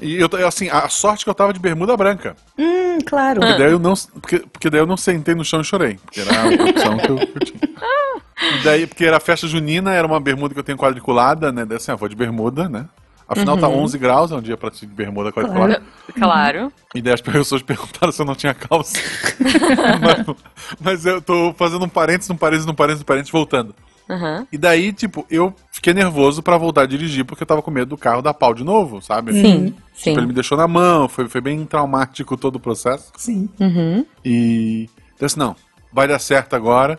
Speaker 1: E eu, assim, a sorte que eu tava de bermuda branca.
Speaker 3: Hum, claro.
Speaker 2: Ah.
Speaker 1: Porque daí eu não, porque, porque daí eu não sentei no chão e chorei. Porque era a opção que eu, que eu tinha. E daí, porque era festa junina, era uma bermuda que eu tenho quadriculada, né? Daí assim, ah, vou de bermuda, né? Afinal tá 11 graus, é um dia pra ti de bermuda quadriculada.
Speaker 2: Uhum. Claro.
Speaker 1: E daí as pessoas perguntaram se eu não tinha calça. mas, mas eu tô fazendo um parênteses, um parênteses, um parênteses, um parênteses, voltando.
Speaker 2: Aham.
Speaker 1: E daí, tipo, eu fiquei nervoso pra voltar a dirigir, porque eu tava com medo do carro dar pau de novo, sabe?
Speaker 2: Sim, sim.
Speaker 1: Tipo, ele me deixou na mão, foi, foi bem traumático todo o processo.
Speaker 3: Sim.
Speaker 2: Uhum.
Speaker 1: E eu disse, não, vai dar certo agora.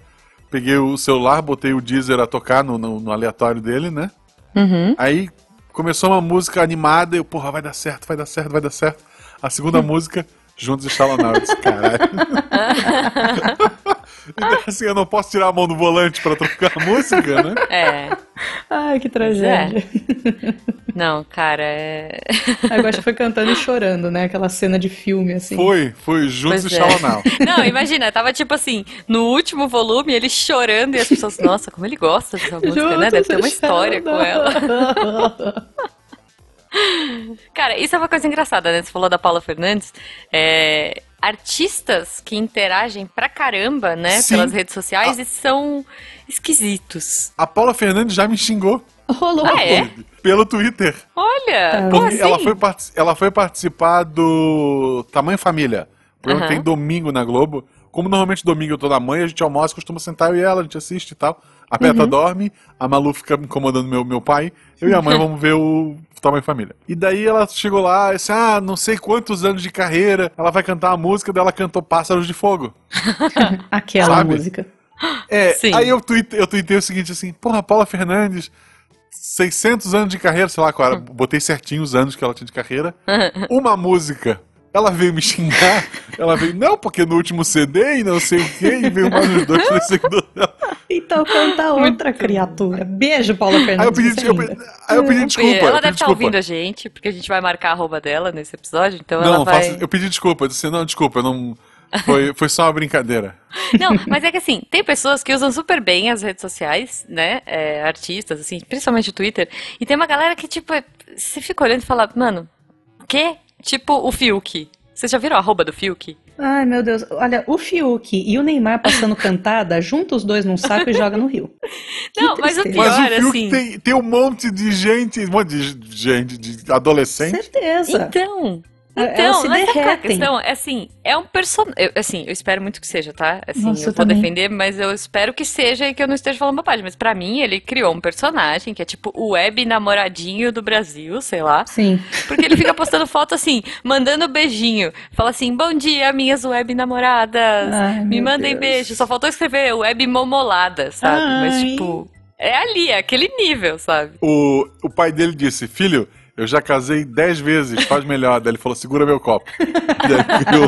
Speaker 1: Peguei o celular, botei o Deezer a tocar no, no- no aleatório dele, né?
Speaker 2: Uhum.
Speaker 1: Aí começou uma música animada, eu, porra, vai dar certo, vai dar certo, vai dar certo. A segunda música, Juntos Estala na hora, eu disse, caralho. Então, assim, eu não posso tirar a mão do volante pra trocar a música, né?
Speaker 2: É.
Speaker 3: Ai, que tragédia.
Speaker 2: Não, cara, é.
Speaker 3: A Guaxa foi cantando e chorando, né? Aquela cena de filme, assim.
Speaker 1: Foi, foi Juntos
Speaker 2: Pois é.
Speaker 1: Estala na hora.
Speaker 2: Não, imagina, tava tipo assim, no último volume, ele chorando e as pessoas, nossa, como ele gosta dessa música, né? Deve ter uma história com ela.
Speaker 3: ela.
Speaker 2: Cara, isso é uma coisa engraçada, né? Você falou da Paula Fernandes. É, Artistas que interagem pra caramba, né?
Speaker 1: Sim. Ah.
Speaker 2: Pelas redes sociais e são esquisitos.
Speaker 1: A Paula Fernandes já me xingou
Speaker 3: Rolou.
Speaker 2: Ah, é?
Speaker 1: pelo Twitter.
Speaker 2: Olha!
Speaker 3: Ah.
Speaker 2: como
Speaker 1: Porque ela,
Speaker 2: assim?
Speaker 1: foi parti- ela foi participar do Tamanho Família. O programa que
Speaker 2: Aham.
Speaker 1: tem domingo na Globo. Como normalmente domingo eu tô na mãe, a gente almoça, costuma sentar eu e ela, a gente assiste e tal. A
Speaker 2: Uhum.
Speaker 1: Petra dorme, a Malu fica incomodando meu, meu pai, eu e a mãe vamos ver o Tamanho Família. E daí ela chegou lá e disse, ah, não sei quantos anos de carreira, ela vai cantar a música dela, cantou Pássaros de Fogo.
Speaker 3: Aquela
Speaker 1: Sabe?
Speaker 3: música.
Speaker 1: É,
Speaker 2: Sim.
Speaker 1: aí eu tuitei, eu tuitei o seguinte assim, porra, Paula Fernandes, 600 anos de carreira, sei lá qual era, botei certinho os anos que ela tinha de carreira, uma música. Ela veio me xingar, ela veio, não, porque no último CD e não sei o quê, e veio mais uns dois, três seguidores dela.
Speaker 3: Então canta outra criatura. Beijo, Paula Fernandes.
Speaker 1: Aí eu pedi,
Speaker 3: você é
Speaker 1: eu
Speaker 3: linda.
Speaker 1: pedi- aí eu pedi desculpa.
Speaker 2: ela
Speaker 1: eu
Speaker 2: deve
Speaker 1: pedi
Speaker 2: estar
Speaker 1: desculpa.
Speaker 2: ouvindo a gente, porque a gente vai marcar a arroba dela nesse episódio, então
Speaker 1: Não,
Speaker 2: ela
Speaker 1: não
Speaker 2: vai.
Speaker 1: faço- eu pedi desculpa, eu disse, assim, não, desculpa, eu não, foi, foi só uma brincadeira.
Speaker 2: Não, mas é que assim, tem pessoas que usam super bem as redes sociais, né? É, artistas, assim, principalmente o Twitter. E tem uma galera que, tipo, é- você fica olhando e fala, mano, o quê? Tipo o Fiuk. Vocês já viram a arroba do Fiuk?
Speaker 3: Ai, meu Deus. Olha, o Fiuk e o Neymar passando cantada, junta os dois num saco e joga no rio. Que
Speaker 2: Não, mas o
Speaker 3: tristeza.
Speaker 1: Mas
Speaker 2: Pior,
Speaker 1: o Fiuk
Speaker 2: assim.
Speaker 1: tem, tem um monte de gente, um monte de gente, de adolescente,
Speaker 3: Certeza.
Speaker 2: Então.
Speaker 3: Elas
Speaker 2: Então,
Speaker 3: se
Speaker 2: mas sabe qual é a
Speaker 3: derretem.
Speaker 2: questão? É assim, é um personagem. Assim, eu espero muito que seja, tá? Assim,
Speaker 3: Nossa,
Speaker 2: eu
Speaker 3: eu
Speaker 2: vou
Speaker 3: também.
Speaker 2: defender, mas eu espero que seja e que eu não esteja falando bobagem. Mas pra mim, ele criou um personagem que é tipo o web namoradinho do Brasil, sei lá.
Speaker 3: Sim.
Speaker 2: Porque ele fica postando foto assim, mandando beijinho. Fala assim, bom dia, minhas web namoradas.
Speaker 3: Ai,
Speaker 2: Me
Speaker 3: meu
Speaker 2: mandem
Speaker 3: Deus.
Speaker 2: beijo. Só faltou escrever web momolada, sabe? Mas,
Speaker 3: Ai.
Speaker 2: tipo, é ali, é aquele nível, sabe?
Speaker 1: O, o pai dele disse: Filho, eu já casei 10 vezes, faz melhor. Daí ele falou: Segura meu copo. Daí criou,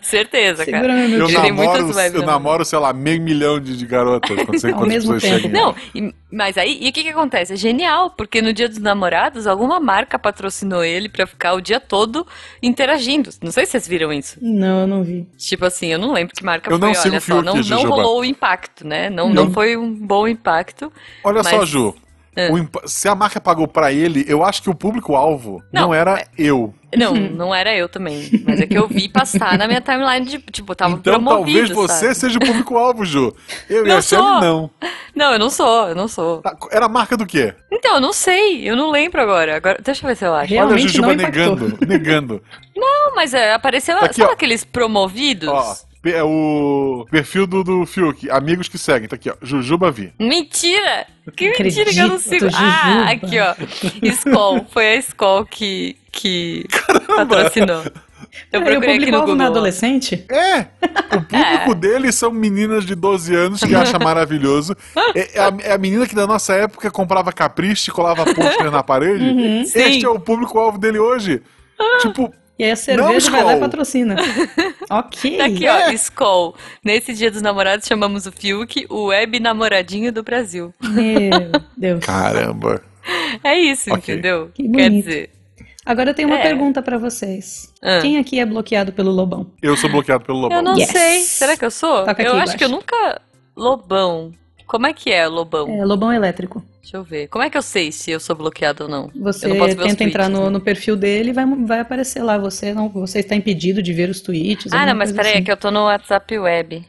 Speaker 2: Certeza, cara.
Speaker 3: Segura meu
Speaker 1: eu
Speaker 3: Deus.
Speaker 2: Ele tem
Speaker 1: namoro,
Speaker 2: muitas vibes,
Speaker 1: eu
Speaker 2: né?
Speaker 1: namoro, sei lá, meio milhão de, de garotas. Quando sei
Speaker 3: Ao
Speaker 1: quantas
Speaker 3: mesmo
Speaker 1: pessoas
Speaker 3: tempo.
Speaker 1: chegam.
Speaker 2: Não, e- mas aí, e o que que acontece? É genial, porque no Dia dos Namorados, alguma marca patrocinou ele pra ficar o dia todo interagindo. Não sei se vocês viram isso.
Speaker 3: Não, eu não vi.
Speaker 2: Tipo assim, eu não lembro que marca
Speaker 1: Eu
Speaker 2: foi,
Speaker 1: não sigo
Speaker 2: olha
Speaker 1: o
Speaker 2: só,
Speaker 1: Fiuk,
Speaker 2: não, não
Speaker 1: Jujuba.
Speaker 2: rolou o impacto, né? Não, não
Speaker 1: Não.
Speaker 2: foi um bom impacto.
Speaker 1: Olha só,
Speaker 2: mas-
Speaker 1: Ju.
Speaker 2: É.
Speaker 1: o imp- se a marca pagou pra ele, eu acho que o público-alvo não,
Speaker 2: Não,
Speaker 1: era
Speaker 2: é.
Speaker 1: eu.
Speaker 2: Não, não era eu também. Mas é que eu vi passar na minha timeline de, tipo, tava
Speaker 1: Então
Speaker 2: promovido,
Speaker 1: talvez você
Speaker 2: sabe?
Speaker 1: seja o público-alvo, Ju. Eu e
Speaker 2: Não
Speaker 1: a Shelly
Speaker 2: sou.
Speaker 1: não.
Speaker 2: Não, eu não sou, eu não sou.
Speaker 1: Tá, Era a marca do quê?
Speaker 2: Então, eu não sei, eu não lembro agora. Agora, deixa eu ver se eu acho.
Speaker 1: Olha a
Speaker 3: Realmente
Speaker 1: Jujuba
Speaker 3: não impactou.
Speaker 1: negando. Negando.
Speaker 2: Não, mas é, apareceu,
Speaker 1: Aqui,
Speaker 2: sabe
Speaker 1: ó.
Speaker 2: aqueles promovidos?
Speaker 1: Ó, pe- é o perfil do, do Fiuk, amigos que seguem, tá aqui, ó. Jujuba Vi.
Speaker 2: Mentira! Que
Speaker 3: Acredito,
Speaker 2: mentira que eu não sigo. Ah, aqui,
Speaker 3: Jujuba.
Speaker 2: ó. Skol. Foi a Skol que, que patrocinou. Eu
Speaker 3: Aí o
Speaker 2: procurei aqui no
Speaker 3: público-alvo
Speaker 2: Google.
Speaker 3: não é
Speaker 2: ó.
Speaker 3: adolescente?
Speaker 1: É! O público
Speaker 2: É.
Speaker 1: dele são meninas de 12 anos que acha maravilhoso. É, é a, é a menina que da nossa época comprava capricho e colava pôster na parede. Este
Speaker 2: Uhum. Sim.
Speaker 1: é o público-alvo dele hoje. Tipo,
Speaker 3: E aí a cerveja vai lá
Speaker 1: Skol.
Speaker 3: e patrocina. ok.
Speaker 2: Tá aqui, ó, Skol. Nesse dia dos namorados chamamos o Fiuk o web namoradinho do Brasil.
Speaker 3: Meu Deus.
Speaker 1: caramba.
Speaker 2: É isso,
Speaker 1: Ok. Tá
Speaker 2: entendeu?
Speaker 3: Que
Speaker 2: Quer
Speaker 3: bonito.
Speaker 2: dizer,
Speaker 3: Agora eu tenho uma
Speaker 2: É.
Speaker 3: pergunta pra vocês.
Speaker 2: Ah.
Speaker 3: Quem aqui é bloqueado pelo Lobão?
Speaker 1: Eu sou bloqueado pelo Lobão.
Speaker 2: eu não
Speaker 3: Yes.
Speaker 2: sei. Será que eu sou?
Speaker 3: Toca
Speaker 2: eu
Speaker 3: aqui
Speaker 2: acho que eu nunca. Lobão. Como é que é, Lobão?
Speaker 3: É, Lobão Elétrico.
Speaker 2: Deixa eu ver. Como é que eu sei se eu sou bloqueado ou não?
Speaker 3: Você
Speaker 2: Eu não posso ver os
Speaker 3: tenta entrar
Speaker 2: tweets,
Speaker 3: no,
Speaker 2: né?
Speaker 3: no perfil dele e vai, vai aparecer lá. Você não, você está impedido de ver os tweets. assim.
Speaker 2: Ah, não, mas peraí, é
Speaker 3: peraí.
Speaker 2: que eu tô no WhatsApp Web.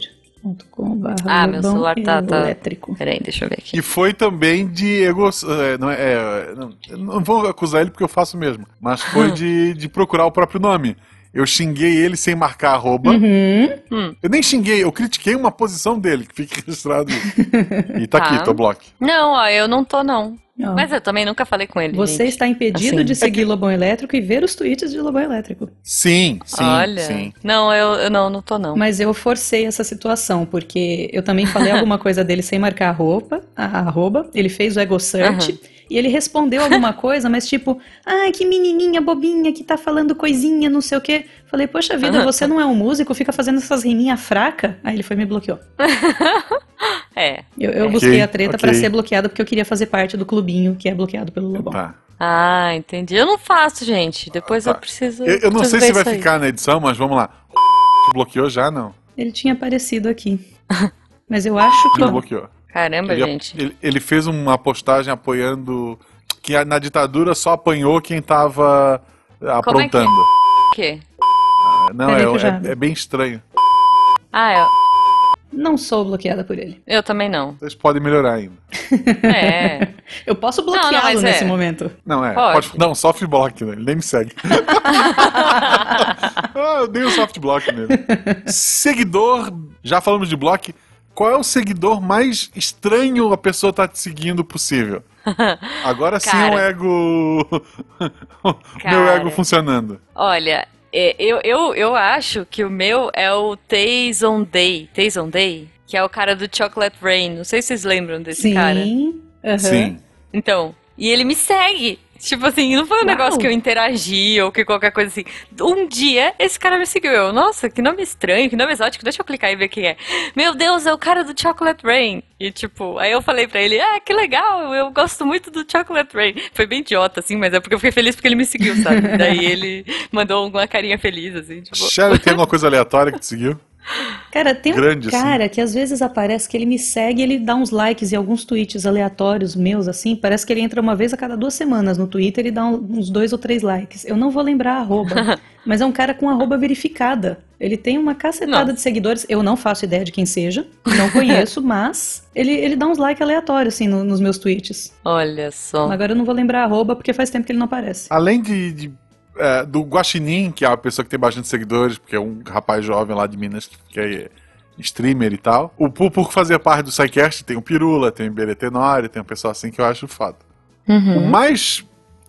Speaker 3: Twitter.com.br.
Speaker 2: Ah, meu celular tá- tá-
Speaker 3: Elétrico.
Speaker 2: Peraí, deixa eu ver aqui.
Speaker 1: E foi também de ego. é, não, é, é, não, eu não vou acusar ele porque eu faço mesmo. Mas foi
Speaker 2: Hum.
Speaker 1: de, de procurar o próprio nome. Eu xinguei ele sem marcar arroba.
Speaker 3: Uhum.
Speaker 1: Eu nem xinguei, eu critiquei uma posição dele, que fique registrado isso. E tá,
Speaker 2: Tá.
Speaker 1: aqui, tô bloco.
Speaker 2: Não, ó, eu não tô, não.
Speaker 3: Ó,
Speaker 2: Mas eu também nunca falei com ele.
Speaker 3: Ah. Você
Speaker 2: gente.
Speaker 3: está impedido
Speaker 2: Assim.
Speaker 3: de seguir Lobão Elétrico e ver os tweets de Lobão Elétrico.
Speaker 1: Sim, sim,
Speaker 2: Olha.
Speaker 1: sim.
Speaker 2: Não, eu, eu não, não tô, não.
Speaker 3: Mas eu forcei essa situação, porque eu também falei alguma coisa dele sem marcar a roupa, a arroba, ele fez o ego search
Speaker 2: Aham.
Speaker 3: e ele respondeu alguma coisa, mas tipo, ai, que menininha bobinha que tá falando coisinha, não sei o quê. Falei, poxa vida,
Speaker 2: Aham.
Speaker 3: você não é um músico, fica fazendo essas riminhas fraca. Aí ele foi e me bloqueou.
Speaker 2: É.
Speaker 3: Eu, eu
Speaker 2: Ok,
Speaker 3: busquei a treta pra
Speaker 1: ok.
Speaker 3: ser bloqueada porque eu queria fazer parte do clubinho que é bloqueado pelo Lobão.
Speaker 1: Tá.
Speaker 2: Ah, entendi. Eu não faço, gente. Depois
Speaker 1: Tá.
Speaker 2: eu preciso.
Speaker 1: Eu, eu não
Speaker 2: preciso
Speaker 1: sei
Speaker 2: ver
Speaker 1: se vai
Speaker 2: isso aí.
Speaker 1: ficar na edição, mas vamos lá. Te bloqueou já? Não.
Speaker 3: Ele tinha aparecido aqui. Mas eu acho que
Speaker 1: Não
Speaker 3: não.
Speaker 1: bloqueou.
Speaker 2: Caramba,
Speaker 1: Ele,
Speaker 2: gente.
Speaker 1: ele- ele fez uma postagem apoiando. Que a- na ditadura só apanhou quem tava eh,
Speaker 2: é
Speaker 1: aprontando.
Speaker 2: O quê?
Speaker 1: Ah, Não,
Speaker 3: Peraí que eu
Speaker 1: é,
Speaker 3: já-
Speaker 1: é- é bem estranho.
Speaker 2: Ah, eu,
Speaker 3: não sou bloqueada por ele.
Speaker 2: eu também não.
Speaker 1: Vocês podem melhorar ainda.
Speaker 2: É.
Speaker 3: Eu posso
Speaker 2: não,
Speaker 3: bloqueá-lo
Speaker 2: mas é.
Speaker 3: nesse momento.
Speaker 1: Não, é.
Speaker 2: Pode.
Speaker 1: pode- não, soft block, né? Ele nem me segue. ah, eu dei um soft block nele. Seguidor, já falamos de block. Qual é o seguidor mais estranho a pessoa tá te seguindo possível? Agora sim
Speaker 2: Cara.
Speaker 1: o ego. o meu
Speaker 2: Cara.
Speaker 1: ego funcionando.
Speaker 2: Olha, é, eu, eu, eu acho que o meu é o Tayson Day. Tayson Day? Que é o cara do Chocolate Rain. Não sei se vocês lembram desse
Speaker 3: Sim.
Speaker 2: cara.
Speaker 3: aham.
Speaker 1: Sim.
Speaker 2: Então, e ele me segue. Tipo assim, não foi um
Speaker 3: Uau.
Speaker 2: negócio que eu interagi ou que qualquer coisa assim. Um dia, esse cara me seguiu. Eu, nossa, que nome estranho, que nome exótico. Deixa eu clicar e ver quem é. Meu Deus, é o cara do Chocolate Rain. E tipo, aí eu falei pra ele, ah, que legal, eu gosto muito do Chocolate Rain. Foi bem idiota, assim, mas é porque eu fiquei feliz porque ele me seguiu, sabe? Daí ele mandou uma carinha feliz, assim, tipo...
Speaker 1: Shelly tem alguma coisa aleatória que te seguiu?
Speaker 3: Cara, tem um
Speaker 1: Grande,
Speaker 3: cara que às vezes aparece que ele me segue, ele dá uns likes e alguns tweets aleatórios meus, assim. Parece que ele entra uma vez a cada duas semanas no Twitter e dá um- uns dois ou três likes. Eu não vou lembrar a arroba, mas é um cara com arroba verificada. Ele tem uma cacetada
Speaker 2: Nossa.
Speaker 3: de seguidores. Eu não faço ideia de quem seja, não conheço, mas ele, ele dá uns likes aleatórios, assim, no- nos meus tweets.
Speaker 2: Olha só.
Speaker 3: Agora eu não vou lembrar a arroba porque faz tempo que ele não aparece.
Speaker 1: Além de, de, é, do Guaxinim, que é a pessoa que tem bastante seguidores, porque é um rapaz jovem lá de Minas que, que é streamer e tal. O Pupu que fazia parte do SciCast tem o Pirula, tem o Iberê Tenório, tem um pessoal assim que eu acho foda.
Speaker 2: Uhum.
Speaker 1: O mais,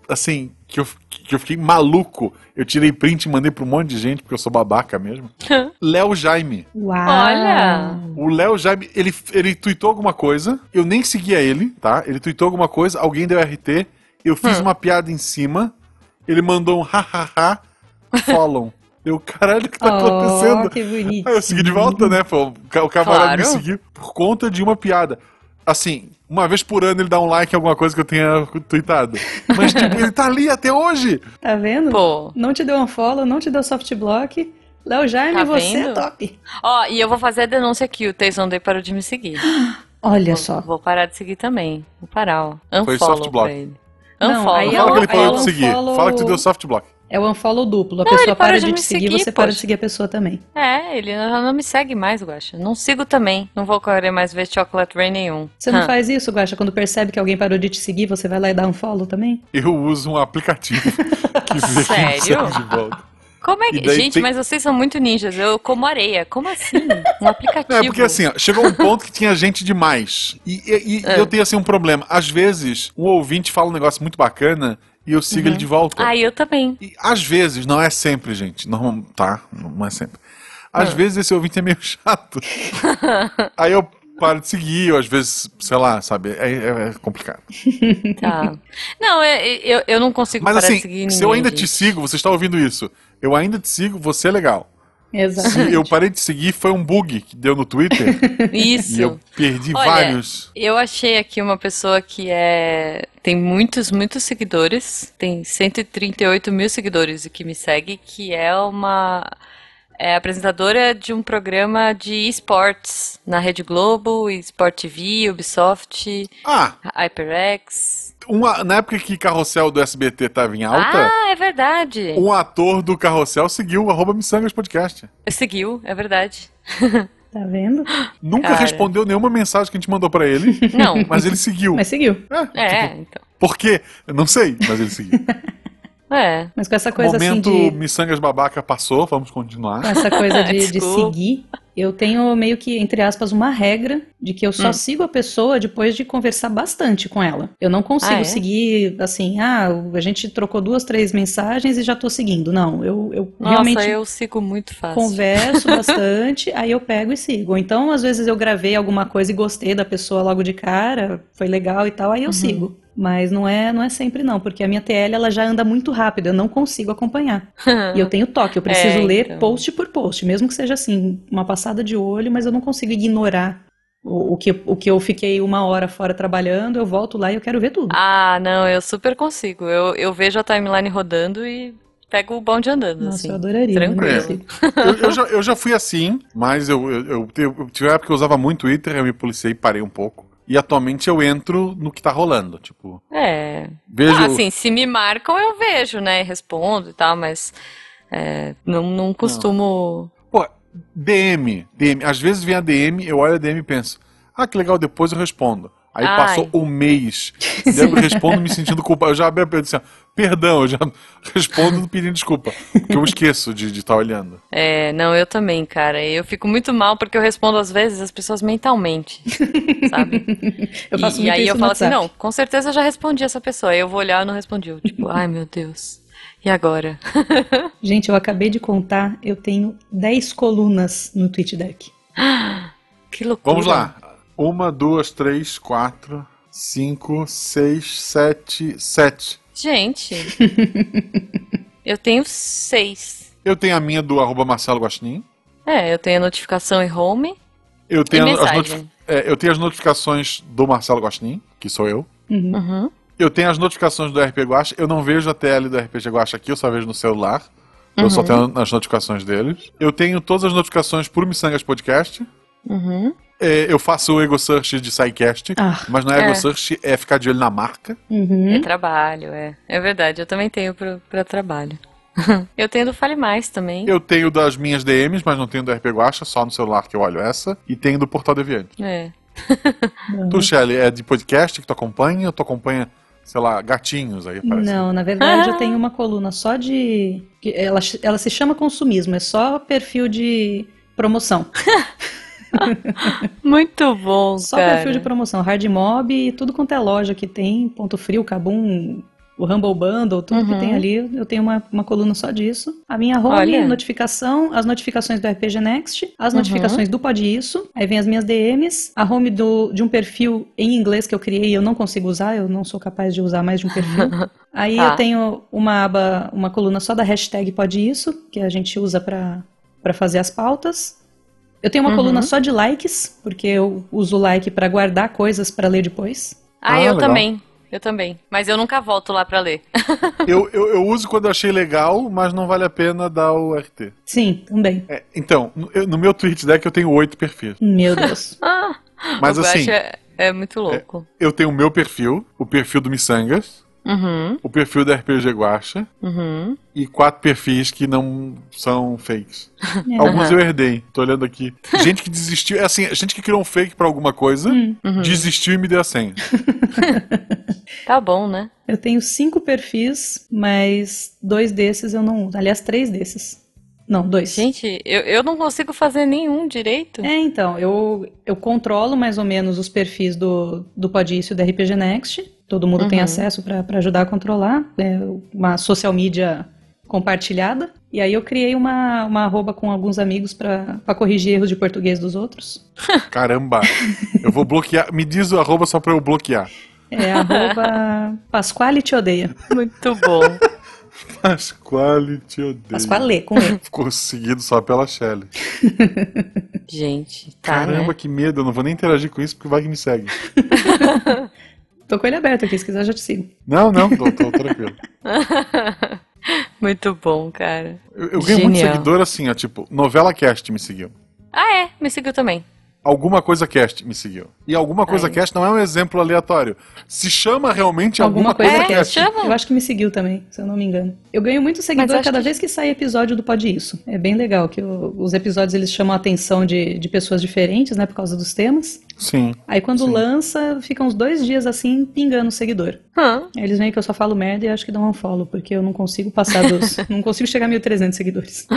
Speaker 1: assim, que eu, que eu fiquei maluco, eu tirei print e mandei pra um monte de gente, porque eu sou babaca mesmo. Léo Jaime.
Speaker 3: Uau!
Speaker 2: Olha!
Speaker 1: O Léo Jaime, ele, ele tweetou alguma coisa, eu nem seguia ele, tá? Ele tweetou alguma coisa, alguém deu RT, eu fiz
Speaker 2: Hum.
Speaker 1: uma piada em cima, ele mandou um hahaha, follow. eu, caralho, o que tá
Speaker 3: Oh,
Speaker 1: acontecendo?
Speaker 3: que bonito.
Speaker 1: Aí eu segui de volta, né? Foi, o ca- o camarada
Speaker 2: Claro.
Speaker 1: me seguiu por conta de uma piada. Assim, uma vez por ano ele dá um like em alguma coisa que eu tenha tweetado. Mas, tipo, ele tá ali até hoje.
Speaker 3: Tá vendo?
Speaker 2: Pô...
Speaker 3: Não te deu um follow, não te deu soft block. Léo Jaime,
Speaker 2: Tá
Speaker 3: você é
Speaker 2: vendo?
Speaker 3: top.
Speaker 2: Ó, e eu vou fazer a denúncia aqui, o Tayson Day parou de me seguir.
Speaker 3: Olha
Speaker 2: Vou-
Speaker 3: só.
Speaker 2: Vou parar de seguir também. Vou parar, ó.
Speaker 1: Foi
Speaker 2: Unfollow
Speaker 1: soft block.
Speaker 2: pra ele.
Speaker 3: Não,
Speaker 2: Unfollow.
Speaker 3: aí
Speaker 1: Não
Speaker 3: é
Speaker 1: fala que ele
Speaker 3: aí é
Speaker 1: parou
Speaker 3: o
Speaker 1: de seguir.
Speaker 3: unfollow-
Speaker 1: Fala que tu deu soft block.
Speaker 3: É o unfollow duplo. A
Speaker 2: Não, ele
Speaker 3: pessoa
Speaker 2: parou
Speaker 3: para
Speaker 2: de
Speaker 3: de
Speaker 2: me
Speaker 3: te seguir,
Speaker 2: seguir,
Speaker 3: você para de
Speaker 2: poxa.
Speaker 3: seguir a pessoa também.
Speaker 2: É, ele já não me segue mais, Guaxa. Não sigo também. Não vou querer mais ver Chocolate Rain nenhum.
Speaker 3: Você não
Speaker 2: Hã.
Speaker 3: faz isso, Guaxa? Quando percebe que alguém parou de te seguir, você vai lá e dá um follow também?
Speaker 1: Eu uso um aplicativo que vê quem me
Speaker 2: Sério?
Speaker 1: segue de volta.
Speaker 2: Como é que.
Speaker 1: E daí
Speaker 2: Gente,
Speaker 1: tem-
Speaker 2: mas vocês são muito ninjas. Eu como areia. Como assim? Um aplicativo.
Speaker 1: É, porque assim, ó, chegou um ponto que tinha gente demais. E, e- e
Speaker 2: É.
Speaker 1: eu tenho assim um problema. Às vezes, o ouvinte fala um negócio muito bacana e eu sigo ele de volta.
Speaker 2: Ah, eu também.
Speaker 1: E às vezes, não é sempre, gente. Não, tá, não é sempre.
Speaker 2: Ah.
Speaker 1: Às vezes esse ouvinte é meio chato. Aí eu paro de seguir, ou às vezes, sei lá, sabe, é, é- é complicado.
Speaker 2: Tá. Não, é- eu, eu, não consigo
Speaker 1: Mas
Speaker 2: parar
Speaker 1: assim,
Speaker 2: de seguir ninguém.
Speaker 1: se eu ainda te
Speaker 2: gente.
Speaker 1: sigo, você está ouvindo isso, eu ainda te sigo, você é legal.
Speaker 3: Exato.
Speaker 1: Se eu parei de seguir, foi um bug que deu no Twitter
Speaker 2: Isso.
Speaker 1: e eu perdi
Speaker 2: Olha,
Speaker 1: vários.
Speaker 2: Eu achei aqui uma pessoa que é tem muitos, muitos seguidores, tem 138 mil seguidores e que me segue, que é uma é apresentadora de um programa de esportes na Rede Globo, Sport TV, Ubisoft,
Speaker 1: Ah,
Speaker 2: HyperX.
Speaker 1: uma- na época que Carrossel do SBT estava em alta,
Speaker 2: Ah, é verdade.
Speaker 1: um ator do Carrossel seguiu o arroba Missangas Podcast.
Speaker 2: Seguiu, é verdade.
Speaker 3: Tá vendo?
Speaker 1: Nunca
Speaker 2: Cara.
Speaker 1: respondeu nenhuma mensagem que a gente mandou pra ele,
Speaker 2: Não.
Speaker 1: mas ele seguiu. tipo,
Speaker 3: Mas seguiu.
Speaker 2: É, então.
Speaker 1: Por quê? Eu não sei, mas ele seguiu.
Speaker 2: É.
Speaker 3: Mas com essa coisa assim
Speaker 1: Momento
Speaker 3: de.
Speaker 1: Missangas Babaca passou, vamos
Speaker 3: com
Speaker 1: continuar.
Speaker 3: essa coisa de, de
Speaker 2: Desculpa.
Speaker 3: seguir, eu tenho meio que, entre aspas, uma regra de que eu só
Speaker 2: Hum.
Speaker 3: sigo a pessoa depois de conversar bastante com ela. Eu não consigo
Speaker 2: Ah, é?
Speaker 3: seguir assim, ah, a gente trocou duas, três mensagens e já tô seguindo. Não, eu, eu realmente
Speaker 2: Nossa, eu sigo muito fácil.
Speaker 3: converso bastante, aí eu pego e sigo. Ou Então, às vezes eu gravei alguma coisa e gostei da pessoa logo de cara, foi legal e tal, aí eu
Speaker 2: Uhum.
Speaker 3: sigo. Mas não é, não é sempre não, porque a minha TL ela já anda muito rápido, eu não consigo acompanhar. E eu tenho toque, eu preciso
Speaker 2: É,
Speaker 3: ler
Speaker 2: então.
Speaker 3: post por post, mesmo que seja assim, uma passada de olho, mas eu não consigo ignorar o, o que, o que eu fiquei uma hora fora trabalhando, eu volto lá e eu quero ver tudo.
Speaker 2: Ah, não, eu super consigo. Eu, eu vejo a timeline rodando e pego o bonde andando,
Speaker 3: Nossa,
Speaker 2: assim.
Speaker 3: eu adoraria. né? mas não
Speaker 2: tranquilo.
Speaker 3: consigo.
Speaker 1: Eu, eu já, eu já fui assim, mas eu, eu, eu, eu tive uma época que eu usava muito Twitter, eu me policiei e parei um pouco. E atualmente eu entro no que tá rolando. Tipo,
Speaker 2: É.
Speaker 1: vejo.
Speaker 2: Ah, assim, se me marcam, eu vejo, né? e Respondo e tal, mas é, não, não costumo.
Speaker 1: Pô, DM, DM. Às vezes vem a DM, eu olho a DM e penso, ah, que legal, depois eu respondo. Aí
Speaker 2: Ai.
Speaker 1: passou um mês. E eu respondo me sentindo culpado. Eu já abri a pergunta assim, ó, perdão, eu já respondo pedindo desculpa. Porque eu esqueço de estar olhando.
Speaker 2: É, não, eu também, cara. Eu fico muito mal porque eu respondo às vezes as pessoas mentalmente, sabe?
Speaker 3: Eu faço
Speaker 2: E, e
Speaker 3: muito
Speaker 2: aí
Speaker 3: isso
Speaker 2: eu
Speaker 3: no
Speaker 2: falo assim,
Speaker 3: WhatsApp.
Speaker 2: não, com certeza eu já respondi essa pessoa. Aí eu vou olhar e não respondi. Eu, tipo, ai meu Deus. E agora?
Speaker 3: Gente, eu acabei de contar, eu tenho 10 colunas no TweetDeck.
Speaker 2: Que loucura.
Speaker 1: Vamos lá. Uma, duas, três, quatro, cinco, seis, sete, sete.
Speaker 2: Gente, eu tenho seis.
Speaker 1: Eu tenho a minha do arroba Marcelo Guaxinim.
Speaker 2: É, eu tenho a notificação em home
Speaker 1: Eu
Speaker 2: e
Speaker 1: tenho, as notif-
Speaker 2: mensagem.
Speaker 1: é, eu tenho as notificações do Marcelo Guaxinim, que sou eu.
Speaker 3: Uhum.
Speaker 2: Uhum.
Speaker 1: Eu tenho as notificações do RP Guacha, eu não vejo a TL do RPG Guacha aqui, eu só vejo no celular. Eu
Speaker 3: Uhum.
Speaker 1: só tenho as notificações deles. Eu tenho todas as notificações por Missangas Podcast.
Speaker 2: Uhum.
Speaker 1: É, eu faço o Ego Search de SciCast,
Speaker 3: Ah.
Speaker 1: mas não é Ego
Speaker 2: É.
Speaker 1: Search, é ficar de olho na marca.
Speaker 3: Uhum.
Speaker 2: É trabalho, é. É verdade, eu também tenho pro- pra trabalho. eu tenho do Fale Mais também.
Speaker 1: Eu tenho das minhas DMs, mas não tenho do RP Guacha, só no celular que eu olho essa. E tenho do Portal Deviante.
Speaker 2: É.
Speaker 3: Uhum.
Speaker 1: Tu, Shelly, é de podcast que tu acompanha? Ou tu acompanha, sei lá, gatinhos aí? Aparece.
Speaker 3: Não, na verdade
Speaker 2: Ah.
Speaker 3: eu tenho uma coluna só de. que Ela, ela se chama consumismo, é só perfil de promoção.
Speaker 2: Muito bom,
Speaker 3: Só
Speaker 2: cara.
Speaker 3: perfil de promoção. Hard Mob e tudo quanto é loja que tem, Ponto Frio, Cabum, o Humble Bundle, tudo que
Speaker 2: Uhum.
Speaker 3: tem ali, eu tenho uma, uma coluna só disso. A minha home,
Speaker 2: Olha.
Speaker 3: notificação, as notificações do RPG Next, as
Speaker 2: Uhum.
Speaker 3: notificações do Pode Isso, aí vem as minhas DMs, a home do, de um perfil em inglês que eu criei e eu não consigo usar, eu não sou capaz de usar mais de um perfil. Aí
Speaker 2: Tá.
Speaker 3: eu tenho uma aba, uma coluna só da hashtag Pode Isso, que a gente usa pra para fazer as pautas. Eu tenho uma
Speaker 2: Uhum.
Speaker 3: coluna só de likes, porque eu uso o like pra guardar coisas pra ler depois.
Speaker 2: Ah,
Speaker 1: Ah,
Speaker 2: eu
Speaker 1: legal.
Speaker 2: também. Eu também. Mas eu nunca volto lá pra ler.
Speaker 1: Eu, eu, eu uso quando eu achei legal, mas não vale a pena dar o RT.
Speaker 3: Sim, também.
Speaker 1: É, então, no, eu- no meu Twitch Deck eu tenho oito perfis.
Speaker 3: Meu Deus.
Speaker 2: Ah,
Speaker 1: Mas
Speaker 2: o
Speaker 1: assim,
Speaker 2: Guache é, é muito louco.
Speaker 1: eu tenho o meu perfil, o perfil do Missangas,
Speaker 2: Uhum,
Speaker 1: o perfil da RPG Guacha
Speaker 2: uhum.
Speaker 1: e quatro perfis que não são fakes.
Speaker 3: É,
Speaker 1: Alguns eu herdei, tô olhando aqui. Gente que desistiu, é assim, gente que criou um fake pra alguma coisa, desistiu e me deu a senha.
Speaker 2: Tá bom, né?
Speaker 3: Eu tenho cinco perfis, mas dois desses eu não uso. Aliás, três desses. Não, dois.
Speaker 2: Gente, eu, eu não consigo fazer nenhum direito.
Speaker 3: É, então, eu, eu controlo mais ou menos os perfis do, do Podício e da RPG Next. Todo mundo tem
Speaker 2: Uhum.
Speaker 3: acesso pra pra ajudar a controlar. É uma social media compartilhada. E aí eu criei uma, uma arroba com alguns amigos pra pra corrigir erros de português dos outros.
Speaker 1: Caramba, eu vou bloquear. Me diz o arroba só pra eu bloquear.
Speaker 3: É arroba Pasquale te odeia.
Speaker 2: Muito bom.
Speaker 1: Pasquale te odeio.
Speaker 3: Pasquale, com E.
Speaker 1: Ficou seguido só pela Shelly.
Speaker 2: Gente, tá,
Speaker 1: Caramba,
Speaker 2: né?
Speaker 1: que medo, eu não vou nem interagir com isso porque vai que me segue.
Speaker 3: Tô com ele aberto aqui, se quiser eu já te sigo.
Speaker 1: Não, não, tô, tô tranquilo.
Speaker 2: né? Muito bom, cara.
Speaker 1: Eu, eu ganho muito
Speaker 2: Genial.
Speaker 1: seguidor assim, ó, tipo, novela cast me seguiu.
Speaker 2: Ah, é, me seguiu também.
Speaker 1: Alguma coisa cast me seguiu. E alguma coisa
Speaker 2: Aí.
Speaker 1: cast não é um exemplo aleatório. Se chama realmente alguma,
Speaker 3: Alguma
Speaker 1: coisa,
Speaker 3: Coisa
Speaker 2: é,
Speaker 1: cast.
Speaker 2: chama?
Speaker 3: Eu acho que me seguiu também, se eu não me engano. Eu ganho muito seguidor
Speaker 2: acho
Speaker 3: cada
Speaker 2: que-
Speaker 3: vez que sai episódio do Pode Isso. É bem legal que o- os episódios eles chamam a atenção de, de pessoas diferentes, né, por causa dos temas.
Speaker 1: Sim.
Speaker 3: Aí quando
Speaker 1: Sim.
Speaker 3: lança, fica uns dois dias assim, pingando o seguidor.
Speaker 2: Hã?
Speaker 3: Aí Eles veem que eu só falo merda e acho que dão um follow, porque eu não consigo passar dos... não consigo chegar a 1.300 seguidores.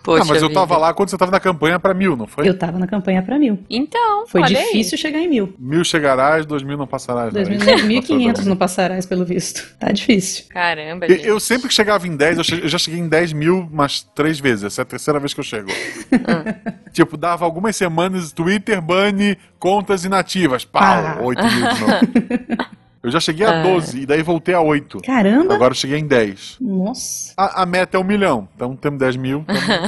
Speaker 2: Poxa
Speaker 1: ah, mas eu
Speaker 2: vida.
Speaker 1: tava lá quando você tava na campanha pra mil, não foi?
Speaker 3: Eu tava na campanha pra mil.
Speaker 2: Então,
Speaker 3: Foi
Speaker 2: olha aí.
Speaker 3: difícil chegar em mil.
Speaker 1: Mil chegarás, dois mil não passarás. não é isso?
Speaker 3: 2.500 no Passarás, pelo visto. Tá difícil.
Speaker 2: Caramba,
Speaker 1: Eu,
Speaker 2: gente.
Speaker 1: eu sempre que chegava em 10, eu, che- eu já cheguei em 10 mil umas três vezes. Essa é a terceira vez que eu chego. tipo, dava algumas semanas, Twitter, bane, contas inativas. Pau,
Speaker 3: Ah.
Speaker 1: 8 mil de novo. Eu já cheguei a
Speaker 2: Ah.
Speaker 1: 12 e daí voltei a 8.
Speaker 3: Caramba!
Speaker 1: Agora eu cheguei em 10.
Speaker 3: Nossa,
Speaker 1: A, a meta é um milhão, então temos 10 mil.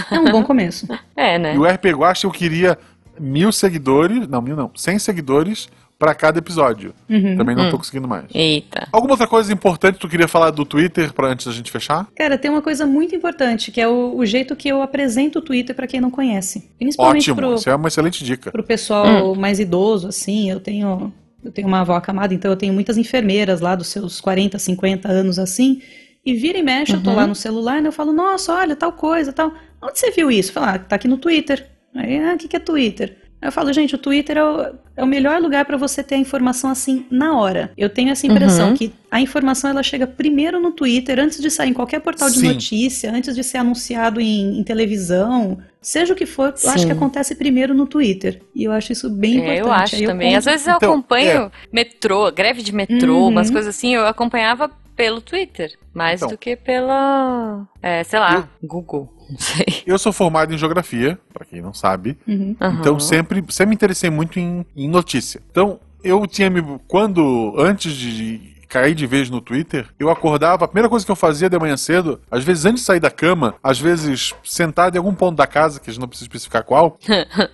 Speaker 1: tamo-
Speaker 3: é um bom começo.
Speaker 2: É, né?
Speaker 1: e o RP Guacha eu queria mil seguidores, não, mil não, 100 seguidores pra cada episódio.
Speaker 3: Uhum.
Speaker 1: Também não tô
Speaker 2: Hum.
Speaker 1: conseguindo mais.
Speaker 2: Eita.
Speaker 1: Alguma outra coisa importante que tu queria falar do Twitter pra antes da gente fechar?
Speaker 3: Cara, tem uma coisa muito importante, que é o, o jeito que eu apresento o Twitter pra quem não conhece. Principalmente
Speaker 1: Ótimo,
Speaker 3: pro,
Speaker 1: isso é uma excelente dica.
Speaker 3: pro
Speaker 2: Hum.
Speaker 3: pessoal mais idoso, assim, eu tenho eu tenho uma avó acamada, então eu tenho muitas enfermeiras lá dos seus 40, 50 anos, assim, e vira e mexe, eu tô
Speaker 2: Uhum.
Speaker 3: lá no celular, né, eu falo, nossa, olha, tal coisa, tal. Onde você viu isso? Fala, ah, tá aqui no Twitter. Aí, ah, o que que é Twitter? Aí eu falo, gente, o Twitter é o, é o melhor lugar pra você ter a informação assim na hora. Eu tenho essa impressão
Speaker 2: Uhum.
Speaker 3: que a informação ela chega primeiro no Twitter, antes de sair em qualquer portal de
Speaker 1: Sim.
Speaker 3: notícia, antes de ser anunciado em, em televisão, seja o que for, eu acho
Speaker 2: Sim.
Speaker 3: que acontece primeiro no Twitter. E eu acho isso bem importante.
Speaker 2: É, eu acho
Speaker 3: Aí
Speaker 2: também.
Speaker 3: conto-
Speaker 2: Às vezes eu
Speaker 1: Então,
Speaker 2: acompanho metrô, greve de metrô,
Speaker 3: Uhum.
Speaker 2: umas coisas assim, eu acompanhava pelo Twitter, mais
Speaker 1: Então.
Speaker 2: do que pela, é, sei lá, Google, não sei.
Speaker 1: Eu sou formado em geografia, pra quem não sabe.
Speaker 3: Uhum.
Speaker 1: Então
Speaker 2: Aham.
Speaker 1: sempre, sempre me interessei muito em, em notícia. Então eu tinha me quando antes de cair de vez no Twitter, eu acordava, a primeira coisa que eu fazia de manhã cedo, às vezes antes de sair da cama, às vezes sentado em algum ponto da casa, que a gente não precisa especificar qual,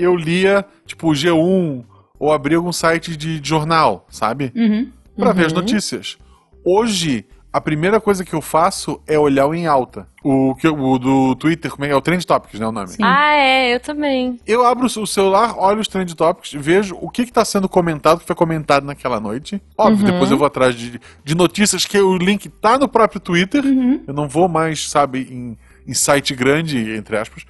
Speaker 1: eu lia tipo o G1 ou abria algum site de de jornal, sabe?
Speaker 3: Uhum.
Speaker 1: Pra ver as
Speaker 2: Uhum.
Speaker 1: notícias. Hoje, a primeira coisa que eu faço é olhar o em alta. O, que, eu- o do Twitter, como é que é? O Trend Topics, né? O nome.
Speaker 3: Sim.
Speaker 2: Ah, é, eu também.
Speaker 1: Eu abro o celular, olho os Trend Topics, vejo o que está sendo comentado, o que foi comentado naquela noite. Óbvio,
Speaker 2: Uhum.
Speaker 1: depois eu vou atrás de, de notícias que o link tá no próprio Twitter.
Speaker 3: Uhum.
Speaker 1: Eu não vou mais, sabe, em, em site grande, entre aspas.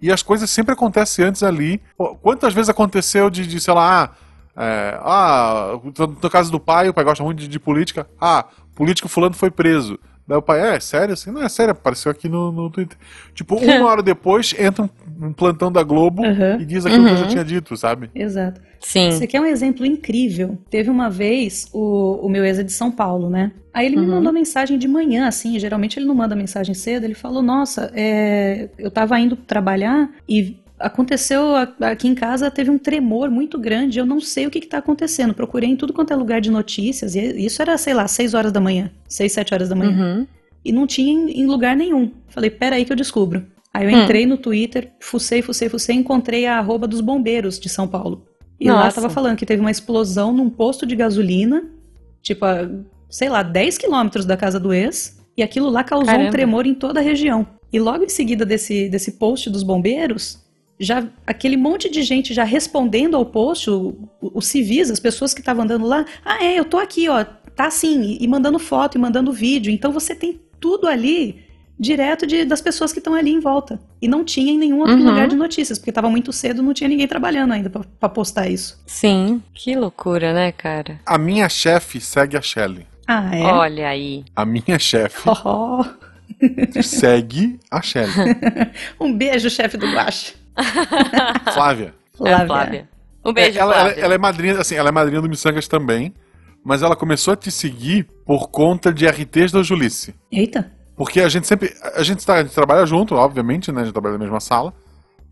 Speaker 1: E as coisas sempre acontecem antes ali. Pô, Quantas vezes aconteceu de, de, sei lá, ah, é, ah, no- no caso do pai, o pai gosta muito de, de política. Ah, político fulano foi preso. Daí o pai, é, sério? Assim, não é sério, apareceu aqui no, no Twitter. Tipo, uma hora depois, entra um, um plantão da Globo
Speaker 3: Uhum.
Speaker 1: e diz aquilo que eu já
Speaker 2: Uhum.
Speaker 1: tinha dito, sabe?
Speaker 3: Exato.
Speaker 2: Sim.
Speaker 3: Isso aqui é um exemplo incrível. Teve uma vez o, o meu ex é de São Paulo, né? Aí ele me
Speaker 2: Uhum.
Speaker 3: mandou mensagem de manhã, assim. Geralmente ele não manda mensagem cedo. Ele falou: Nossa, é, eu tava indo trabalhar e aconteceu a- aqui em casa, teve um tremor muito grande. Eu não sei o que, que tá acontecendo. Procurei em tudo quanto é lugar de notícias. E isso era, sei lá, 6 horas da manhã, 6, 7 horas da manhã.
Speaker 2: Uhum.
Speaker 3: e não tinha em, em lugar nenhum. Falei, peraí que eu descubro. Aí eu
Speaker 2: Hum.
Speaker 3: entrei no Twitter, fucei, fucei, fucei, encontrei a arroba dos bombeiros de São Paulo. E lá
Speaker 2: Nossa.
Speaker 3: tava falando que teve uma explosão num posto de gasolina, tipo, a, sei lá, 10 quilômetros da casa do ex, e aquilo lá causou um
Speaker 2: Caramba.
Speaker 3: tremor em toda a região. E logo em seguida desse, desse post dos bombeiros, já aquele monte de gente já respondendo ao post, o- o- os civis, as pessoas que estavam andando lá, ah, é, eu tô aqui, ó, tá assim, e- e mandando foto, e mandando vídeo. Então você tem tudo ali direto de- das pessoas que estão ali em volta. E não tinha em nenhum outro
Speaker 2: Uhum.
Speaker 3: lugar de notícias, porque estava muito cedo, não tinha ninguém trabalhando ainda pra pra postar isso.
Speaker 2: Sim. Que loucura, né, cara?
Speaker 1: A minha chefe segue a Shelly.
Speaker 3: Ah, é.
Speaker 2: Olha aí.
Speaker 1: A minha chefe
Speaker 3: Ó,
Speaker 1: segue a Shelly.
Speaker 3: um beijo, chefe do Guache.
Speaker 1: Flávia.
Speaker 2: É, Flávia. Um beijo,
Speaker 1: ela, ela-
Speaker 2: Flávia.
Speaker 1: ela é madrinha, assim, ela é madrinha do Missangas também, mas ela começou a te seguir por conta de RTs da Julice.
Speaker 3: Eita.
Speaker 1: Porque a gente sempre. A gente, tá, a gente trabalha junto, obviamente, né? A gente trabalha na mesma sala.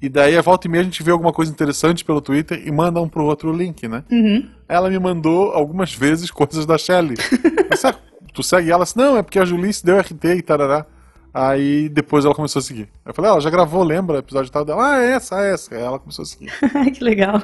Speaker 1: E daí, a volta e meia, a gente vê alguma coisa interessante pelo Twitter e manda um pro outro o link, né?
Speaker 3: Uhum.
Speaker 1: Ela me mandou algumas vezes coisas da Shelly. Eu disse, "Ah, tu segue ela? Assim, não, é porque a Julice deu RT e tarará. Aí depois ela começou a seguir. Eu falei, ah, ela já gravou, lembra? O episódio tal dela. Ah, é essa, é essa. Aí ela começou a seguir.
Speaker 3: Ai, que legal.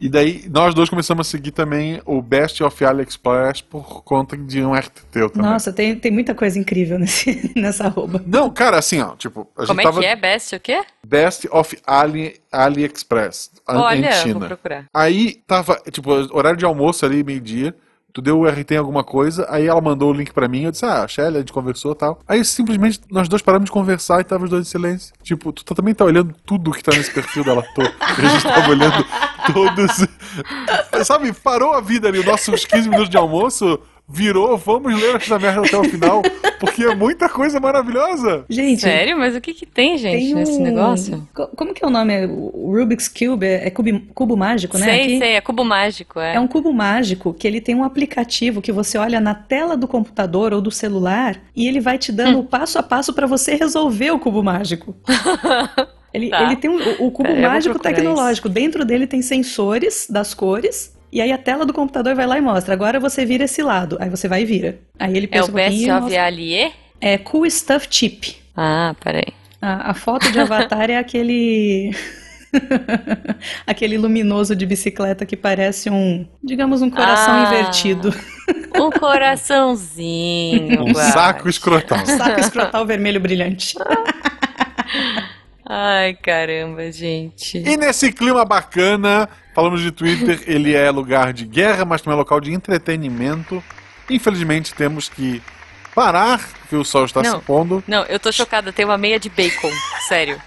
Speaker 1: E daí, nós dois começamos a seguir também o Best of AliExpress por conta de um RT teu também.
Speaker 3: Nossa, tem, tem muita coisa incrível nesse, nessa arroba.
Speaker 1: Não, cara, assim, ó, tipo, a gente
Speaker 2: Como é
Speaker 1: tava
Speaker 2: que é, Best o quê?
Speaker 1: Best of Ali, AliExpress a-
Speaker 2: Olha,
Speaker 1: em
Speaker 2: vou
Speaker 1: China.
Speaker 2: procurar.
Speaker 1: Aí tava, tipo, horário de almoço ali, meio-dia. Tu deu o RT em alguma coisa, aí ela mandou o link pra mim, eu disse, ah, Shelly, a gente conversou e tal. Aí simplesmente nós dois paramos de conversar e tava os dois em silêncio. Tipo, tu tá- também tá olhando tudo que tá nesse perfil dela todo. A gente tava olhando todos. Sabe, parou a vida ali, nossos 15 minutos de almoço, virou, vamos ler essa merda até o final, porque é muita coisa maravilhosa.
Speaker 3: Gente,
Speaker 2: Sério? Mas o que que tem, gente,
Speaker 3: tem um...
Speaker 2: nesse negócio?
Speaker 3: Co- Como que é o nome? O Rubik's Cube é, é cubi- cubo mágico, né?
Speaker 2: Sei,
Speaker 3: Aqui?
Speaker 2: sei, é cubo mágico, é.
Speaker 3: É um cubo mágico que ele tem um aplicativo que você olha na tela do computador ou do celular e ele vai te
Speaker 2: Hum.
Speaker 3: dando o passo a passo para você resolver o cubo mágico. Ele,
Speaker 2: Tá.
Speaker 3: ele tem um- o, o cubo
Speaker 2: Pera, eu vou
Speaker 3: mágico
Speaker 2: procurar
Speaker 3: tecnológico. Dentro dele tem sensores das cores. E aí a tela do computador vai lá e mostra. Agora você vira esse lado. Aí você vai e vira. Aí ele
Speaker 2: É
Speaker 3: pensa
Speaker 2: o
Speaker 3: um pouquinho
Speaker 2: Best
Speaker 3: e
Speaker 2: of
Speaker 3: mostra.
Speaker 2: Allier?
Speaker 3: É Cool Stuff Chip.
Speaker 2: Ah, peraí.
Speaker 3: A, a foto de Avatar é aquele. aquele luminoso de bicicleta que parece um. Digamos, um coração
Speaker 2: Ah.
Speaker 3: invertido.
Speaker 2: Um coraçãozinho.
Speaker 1: Um
Speaker 2: Guache.
Speaker 1: saco escrotal.
Speaker 3: Um saco escrotal vermelho brilhante.
Speaker 2: Ai, caramba, gente.
Speaker 1: E nesse clima bacana, falamos de Twitter, ele é lugar de guerra, mas também é local de entretenimento. Infelizmente, temos que parar, porque o sol está
Speaker 2: Não.
Speaker 1: se pondo.
Speaker 2: Não, eu tô chocada, tem uma meia de bacon, sério.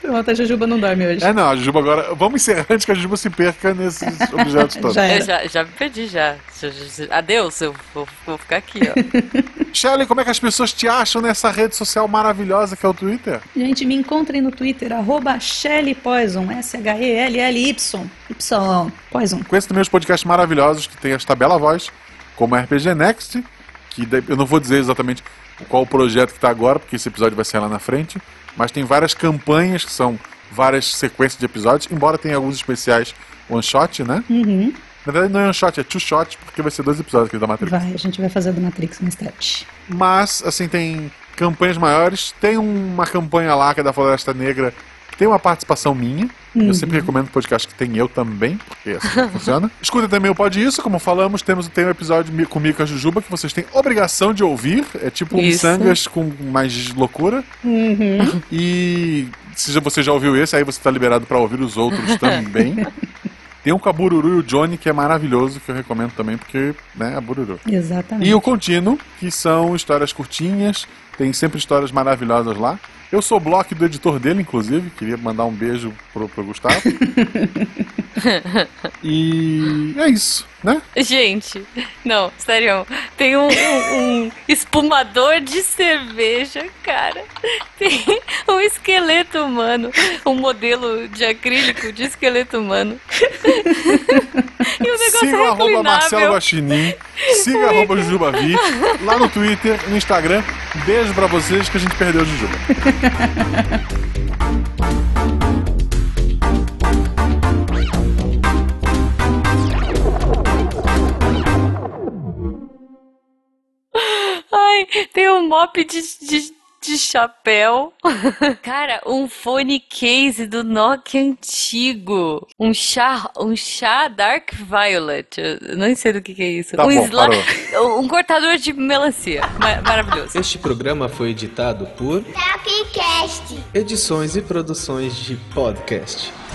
Speaker 3: Pronto, a Jujuba não dorme hoje.
Speaker 1: É, não, a Juba agora. Vamos encerrar antes que a Juba se perca nesses objetos todos.
Speaker 3: Já
Speaker 2: Eu
Speaker 3: era.
Speaker 2: já, já me perdi, já. Já- já- já- Adeus, eu vou, vou ficar aqui, ó.
Speaker 1: Shelley, como é que as pessoas te acham nessa rede social maravilhosa que é o Twitter?
Speaker 3: Gente, me encontrem no Twitter, arroba Shelly Poison, S-H-E-L-L-Y. Y. Poison.
Speaker 1: Conheça também os podcasts maravilhosos que tem esta bela voz, como a RPG Next, que daí- eu não vou dizer exatamente qual o projeto que está agora, porque esse episódio vai sair lá na frente, mas tem várias campanhas, que são várias sequências de episódios, embora tenha alguns especiais one-shot, né?
Speaker 3: Uhum.
Speaker 1: Na verdade não é one-shot, é two-shot, porque vai ser dois episódios tá aqui da Matrix.
Speaker 3: Vai, a gente vai fazer do Matrix mais tarde.
Speaker 1: Mas, assim, tem campanhas maiores, tem uma campanha lá que é da Floresta Negra, que tem uma participação minha, eu sempre recomendo podcast que tem eu também, porque assim não funciona. Escuta também o Pode Isso, como falamos, temos tem um episódio mi- com Mica Jujuba que vocês têm obrigação de ouvir. É tipo um
Speaker 2: Isso.
Speaker 1: sangas com mais loucura.
Speaker 3: Uhum.
Speaker 1: E se já- você já ouviu esse, aí você tá liberado pra ouvir os outros também. Tem um com a Bururu e o Johnny, que é maravilhoso, que eu recomendo também, porque, né, a Bururu.
Speaker 3: Exatamente.
Speaker 1: E o Contínuo, que são histórias curtinhas, tem sempre histórias maravilhosas lá. Eu sou bloco do editor dele, inclusive, queria mandar um beijo pro, pro Gustavo. e é isso, né?
Speaker 2: Gente, não, sério, tem um, um- um espumador de cerveja, cara. Tem um esqueleto humano, um modelo de acrílico de esqueleto humano. E o negócio
Speaker 1: Siga o
Speaker 2: é
Speaker 1: arroba Marcelo
Speaker 2: reclinável.
Speaker 1: Guaxinim, siga arroba Jujubavi, lá no Twitter, no Instagram. Beijo pra vocês que a gente perdeu o Jujuba.
Speaker 2: Ai, tem um mop de, de, de chapéu. Cara, um fone case do Nokia antigo. Um chá, um chá Dark Violet. Eu não sei do que, que é isso.
Speaker 1: Tá
Speaker 2: um,
Speaker 1: bom,
Speaker 2: sla- um cortador de melancia. Ma- maravilhoso.
Speaker 4: Este programa foi editado por
Speaker 5: Tapcast.
Speaker 4: Edições e Produções de Podcast.